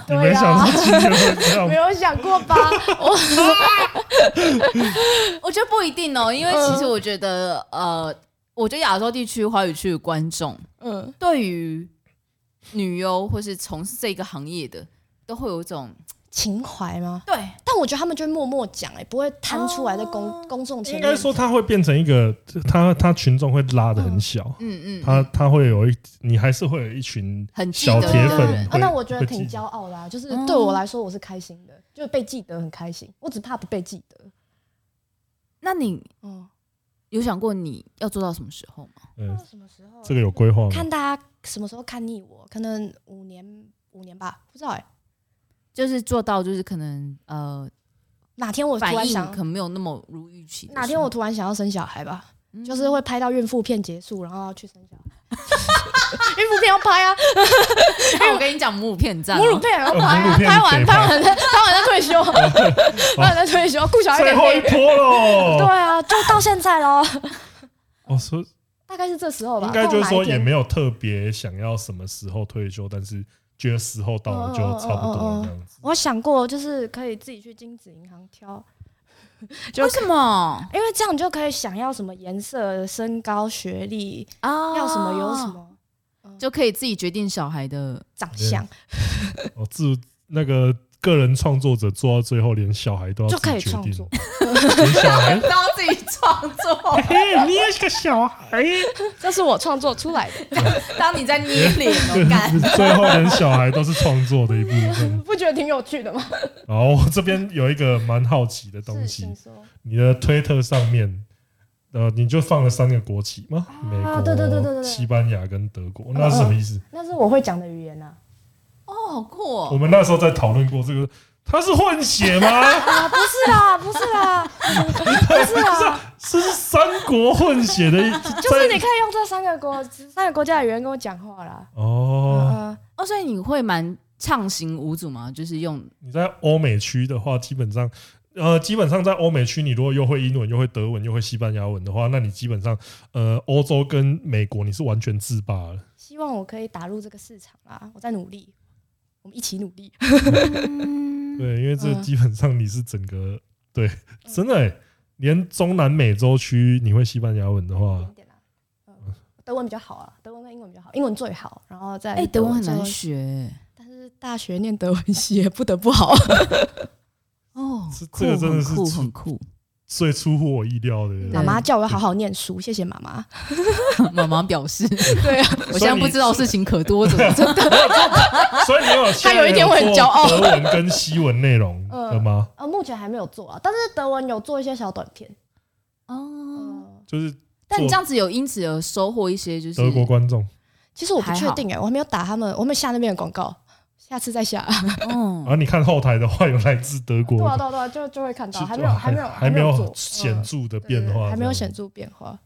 [SPEAKER 1] 你
[SPEAKER 3] 对啊
[SPEAKER 1] 没想到今天会这样
[SPEAKER 3] 没
[SPEAKER 1] 吗？
[SPEAKER 3] 有想过吧？我
[SPEAKER 2] 我觉得不一定哦，因为
[SPEAKER 3] 嗯
[SPEAKER 2] 其实我觉得，呃，我觉得亚洲地区华语区的观众
[SPEAKER 3] 嗯，
[SPEAKER 2] 对于女优或是从事这个行业的，都会有一种
[SPEAKER 3] 情怀吗？
[SPEAKER 2] 对
[SPEAKER 3] 但我觉得他们就会默默讲，哎，不会摊出来在公、
[SPEAKER 2] 哦
[SPEAKER 3] 公众前
[SPEAKER 1] 应
[SPEAKER 3] 面。
[SPEAKER 1] 该说，它会变成一个，它它群众会拉的很小，
[SPEAKER 2] 嗯嗯，
[SPEAKER 1] 它它会有一，你还是会有一群
[SPEAKER 2] 很记
[SPEAKER 1] 小
[SPEAKER 2] 得
[SPEAKER 1] 铁
[SPEAKER 2] 的
[SPEAKER 1] 粉
[SPEAKER 2] 人
[SPEAKER 3] 啊
[SPEAKER 1] 会
[SPEAKER 3] 那我觉得
[SPEAKER 1] 会
[SPEAKER 3] 挺
[SPEAKER 1] 记得
[SPEAKER 3] 骄傲啦、就是
[SPEAKER 2] 嗯
[SPEAKER 3] 对我来说，我是开心的，就是被记得很开心。我只怕不被记得。
[SPEAKER 2] 那你
[SPEAKER 3] 嗯，
[SPEAKER 2] 有想过你要做到什么时候吗？
[SPEAKER 1] 嗯，
[SPEAKER 3] 什么时
[SPEAKER 2] 啊
[SPEAKER 3] 候
[SPEAKER 1] 这个有规划吗
[SPEAKER 3] 看？大家什么时候看腻我，可能五年五年吧，不知道哎、
[SPEAKER 2] 就是做到，就是可能呃，
[SPEAKER 3] 哪天我突
[SPEAKER 2] 反
[SPEAKER 3] 然
[SPEAKER 2] 应
[SPEAKER 3] 想
[SPEAKER 2] 可能没有那么如预期的时候。
[SPEAKER 3] 哪天我突然想要生小孩吧，
[SPEAKER 2] 嗯
[SPEAKER 3] 就是会拍到孕妇片结束，然后去生小孩。 孕妇片要拍啊，
[SPEAKER 2] 哎但我跟你讲，母乳片很赞
[SPEAKER 3] 母乳
[SPEAKER 2] 哦，
[SPEAKER 3] 片然后
[SPEAKER 1] 哦
[SPEAKER 3] 拍
[SPEAKER 1] 母
[SPEAKER 3] 啊
[SPEAKER 1] 乳，片
[SPEAKER 3] 拍完
[SPEAKER 1] 得
[SPEAKER 3] 拍
[SPEAKER 1] 拍
[SPEAKER 3] 完再拍完再退 休，拍完再退休，顾小孩
[SPEAKER 1] 最
[SPEAKER 3] 给
[SPEAKER 1] 后一波
[SPEAKER 3] 备。对
[SPEAKER 1] 喽。
[SPEAKER 3] 啊，就到现在 喽，
[SPEAKER 1] 我说
[SPEAKER 3] 大概是这时候吧。
[SPEAKER 1] 应该
[SPEAKER 3] 到
[SPEAKER 1] 就是说
[SPEAKER 3] 啊哪一天
[SPEAKER 1] 也没有特别想要什么时候退休，但是觉得时候到了就
[SPEAKER 3] 哦
[SPEAKER 1] 差不多了这样子。
[SPEAKER 3] 我想过，就是可以自己去精子银行挑，就
[SPEAKER 2] 为什么
[SPEAKER 3] 因为这样你就可以想要什么颜色、身高、学历，
[SPEAKER 2] 啊
[SPEAKER 3] 要什么有什，么
[SPEAKER 2] 就可以自己决定小孩 的。
[SPEAKER 3] 长相，
[SPEAKER 1] 哦，自那个个人创作者做到最后，连小孩都要
[SPEAKER 3] 就
[SPEAKER 1] 自己
[SPEAKER 3] 可以
[SPEAKER 1] 决
[SPEAKER 3] 创
[SPEAKER 1] 定
[SPEAKER 3] 作。。
[SPEAKER 1] 连小孩，
[SPEAKER 2] 都要自己创作。
[SPEAKER 1] 嘿，你也是个小孩。
[SPEAKER 3] 这是我创作出来的，
[SPEAKER 2] 当你在捏脸哦，干
[SPEAKER 1] 最后连小孩都是创作的一部分。
[SPEAKER 3] 不觉得挺有趣的吗？
[SPEAKER 1] 然后我这边有一个蛮好奇的东
[SPEAKER 3] 是，
[SPEAKER 1] 西
[SPEAKER 3] 请，说。
[SPEAKER 1] 你的推特上面，呃，你就放了三个国旗吗？美国、
[SPEAKER 3] 啊对对对对哦对
[SPEAKER 1] 西班牙跟德国，那是什么意思？
[SPEAKER 3] 那是我会讲的语言啊呐、
[SPEAKER 2] 哦，好酷
[SPEAKER 1] 我
[SPEAKER 2] 哦！
[SPEAKER 1] 们那时候在讨论过这个，它是混血吗？
[SPEAKER 3] 啊。 不是啦，不是啦，
[SPEAKER 1] 啊
[SPEAKER 3] 不是 啦，
[SPEAKER 1] 是三国混血的一，
[SPEAKER 3] 就是
[SPEAKER 1] 在
[SPEAKER 3] 你可以用这三个国三个国家的语言跟我讲话啦。
[SPEAKER 1] 哦。
[SPEAKER 3] 啊，
[SPEAKER 2] 哦，所以你会蛮畅行无阻吗？就是用
[SPEAKER 1] 你在欧美区的话，基本上。呃，基本上在欧美区，你如果又会英文、又会德文、又会西班牙文的话，那你基本上，呃，欧洲跟美国你是完全制霸了。
[SPEAKER 3] 希望我可以打入这个市场啦，我在努力，我们一起努力。
[SPEAKER 1] 对，因为这
[SPEAKER 3] 嗯
[SPEAKER 1] 基本上你是整个对，真的、欸，连中南美洲区你会西班牙文的
[SPEAKER 3] 一
[SPEAKER 1] 话
[SPEAKER 3] 点，点啦。嗯，德文比较好啊，德文跟英文比较好，英文最好。然后再
[SPEAKER 2] 哎，德文很难
[SPEAKER 3] 最后，
[SPEAKER 2] 学
[SPEAKER 3] 但是大学念德文系也不得不 好。
[SPEAKER 2] 哦
[SPEAKER 1] 这这个真的
[SPEAKER 2] 酷很
[SPEAKER 1] 是
[SPEAKER 2] 酷，
[SPEAKER 1] 出
[SPEAKER 2] 很酷。
[SPEAKER 1] 最出乎我意料的。
[SPEAKER 2] 对
[SPEAKER 3] 妈妈叫我好好念书，谢谢妈 妈。
[SPEAKER 2] 妈妈表示，
[SPEAKER 3] 对啊，
[SPEAKER 2] 我现在不知道事情可多，怎么 真的
[SPEAKER 1] 所以你有现在
[SPEAKER 3] 有一天会很
[SPEAKER 1] 做
[SPEAKER 3] 骄傲
[SPEAKER 1] 德文跟西文内容的吗？
[SPEAKER 3] 呃，目前还没有做啊，但是德文有做一些小短片。
[SPEAKER 2] 哦。
[SPEAKER 3] 嗯，
[SPEAKER 1] 就是
[SPEAKER 2] 但你这样子有因此而收获一些，就是
[SPEAKER 1] 德国观众
[SPEAKER 3] 其实我不确定哎、我还没有打他们，我没有下那边的广告，下次再下。嗯
[SPEAKER 1] 然
[SPEAKER 2] 哦
[SPEAKER 1] 啊后你看后台的话，有来自德国
[SPEAKER 3] 对啊
[SPEAKER 1] 的，
[SPEAKER 3] 对啊对啊，就就会看到，
[SPEAKER 1] 是
[SPEAKER 3] 还没有
[SPEAKER 1] 哇
[SPEAKER 3] 还没有
[SPEAKER 1] 还没
[SPEAKER 3] 有做
[SPEAKER 1] 有显
[SPEAKER 3] 嗯
[SPEAKER 1] 著的
[SPEAKER 3] 对对
[SPEAKER 1] 变化，
[SPEAKER 3] 还没有
[SPEAKER 1] 这样
[SPEAKER 3] 显著变化。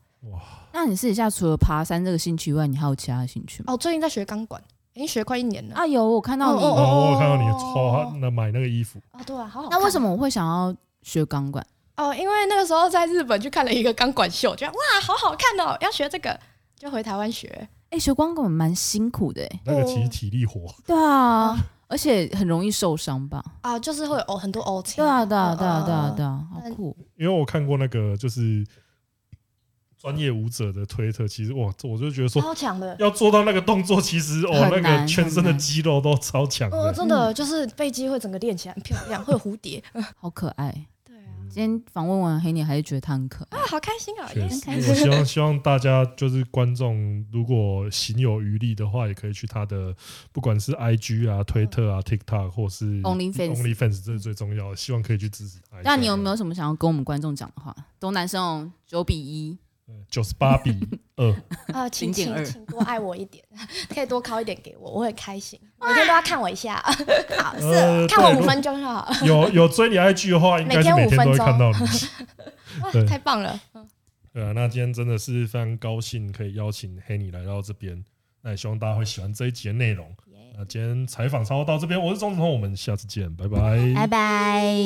[SPEAKER 2] 那你私底下除了爬山这个兴趣以外，你还有其他的兴趣吗？
[SPEAKER 3] 哦，最近在学钢管，已经学快一年了。
[SPEAKER 2] 啊，有我看到你，
[SPEAKER 3] 哦哦
[SPEAKER 1] 哦，我有看到你花那买那个衣服，
[SPEAKER 2] 哦
[SPEAKER 3] 啊，对啊，好好看。
[SPEAKER 2] 那为什么我会想要学钢管？
[SPEAKER 3] 哦，因为那个时候在日本去看了一个钢管秀，觉得哇，好好看哦，要学这个，就回台湾学。
[SPEAKER 2] 哎、学钢管蛮辛苦的、欸，
[SPEAKER 1] 那个其实体力活，
[SPEAKER 2] 对啊，而且很容易受伤吧？
[SPEAKER 3] 啊，就是会有哦很多 O 型。
[SPEAKER 2] 对啊，对啊，对啊，对啊，对
[SPEAKER 3] 啊。
[SPEAKER 2] 啊，好酷！
[SPEAKER 1] 因为我看过那个就是专业舞者的推特，其实哇，这我就觉得说
[SPEAKER 3] 超强的，
[SPEAKER 1] 要做到那个动作，其实哦，那
[SPEAKER 2] 很难
[SPEAKER 1] 个全身的肌肉都超强
[SPEAKER 3] 哦，
[SPEAKER 1] 的。
[SPEAKER 3] 真的就是背肌会整个练起来，很漂亮，会有蝴蝶。
[SPEAKER 2] 好可爱。
[SPEAKER 3] 对啊，
[SPEAKER 2] 今天访问完黑你，还是觉得他很可爱
[SPEAKER 3] 啊，。好开心啊！
[SPEAKER 1] 确
[SPEAKER 3] 耶
[SPEAKER 1] 实， 我希望希望大家就是观众，如果行有余力的话，也可以去他的不管是 IG 啊、推特
[SPEAKER 3] 嗯
[SPEAKER 1] 啊、TikTok 或是
[SPEAKER 2] OnlyFans
[SPEAKER 1] OnlyFans 这是最重要的。希望可以去支持啊他一下。
[SPEAKER 2] 那你有没有什么想要跟我们观众讲的话？都男生哦，九比一，
[SPEAKER 1] 九十八比二？
[SPEAKER 3] 啊，请
[SPEAKER 2] 0.2
[SPEAKER 3] 请请多爱我一点， 可以多考一点给我，我会很开心。每天都要看我一下， 好
[SPEAKER 1] 呃
[SPEAKER 3] 是啊 看我
[SPEAKER 1] 对
[SPEAKER 3] 五分钟就好。
[SPEAKER 1] 有有追你 IG 的话，应该是每
[SPEAKER 3] 每天
[SPEAKER 1] 天都会
[SPEAKER 3] 5分钟
[SPEAKER 1] 看到 你。
[SPEAKER 3] 哇
[SPEAKER 1] 对，
[SPEAKER 3] 太棒了！
[SPEAKER 1] 对啊，那今天真的是非常高兴可以邀请黑你来到这边，那也希望大家会喜欢这一集的内容。
[SPEAKER 3] 耶
[SPEAKER 1] 那今天采访差不多到这边，我是钟子彤，我们下次见，拜拜。
[SPEAKER 2] 拜拜。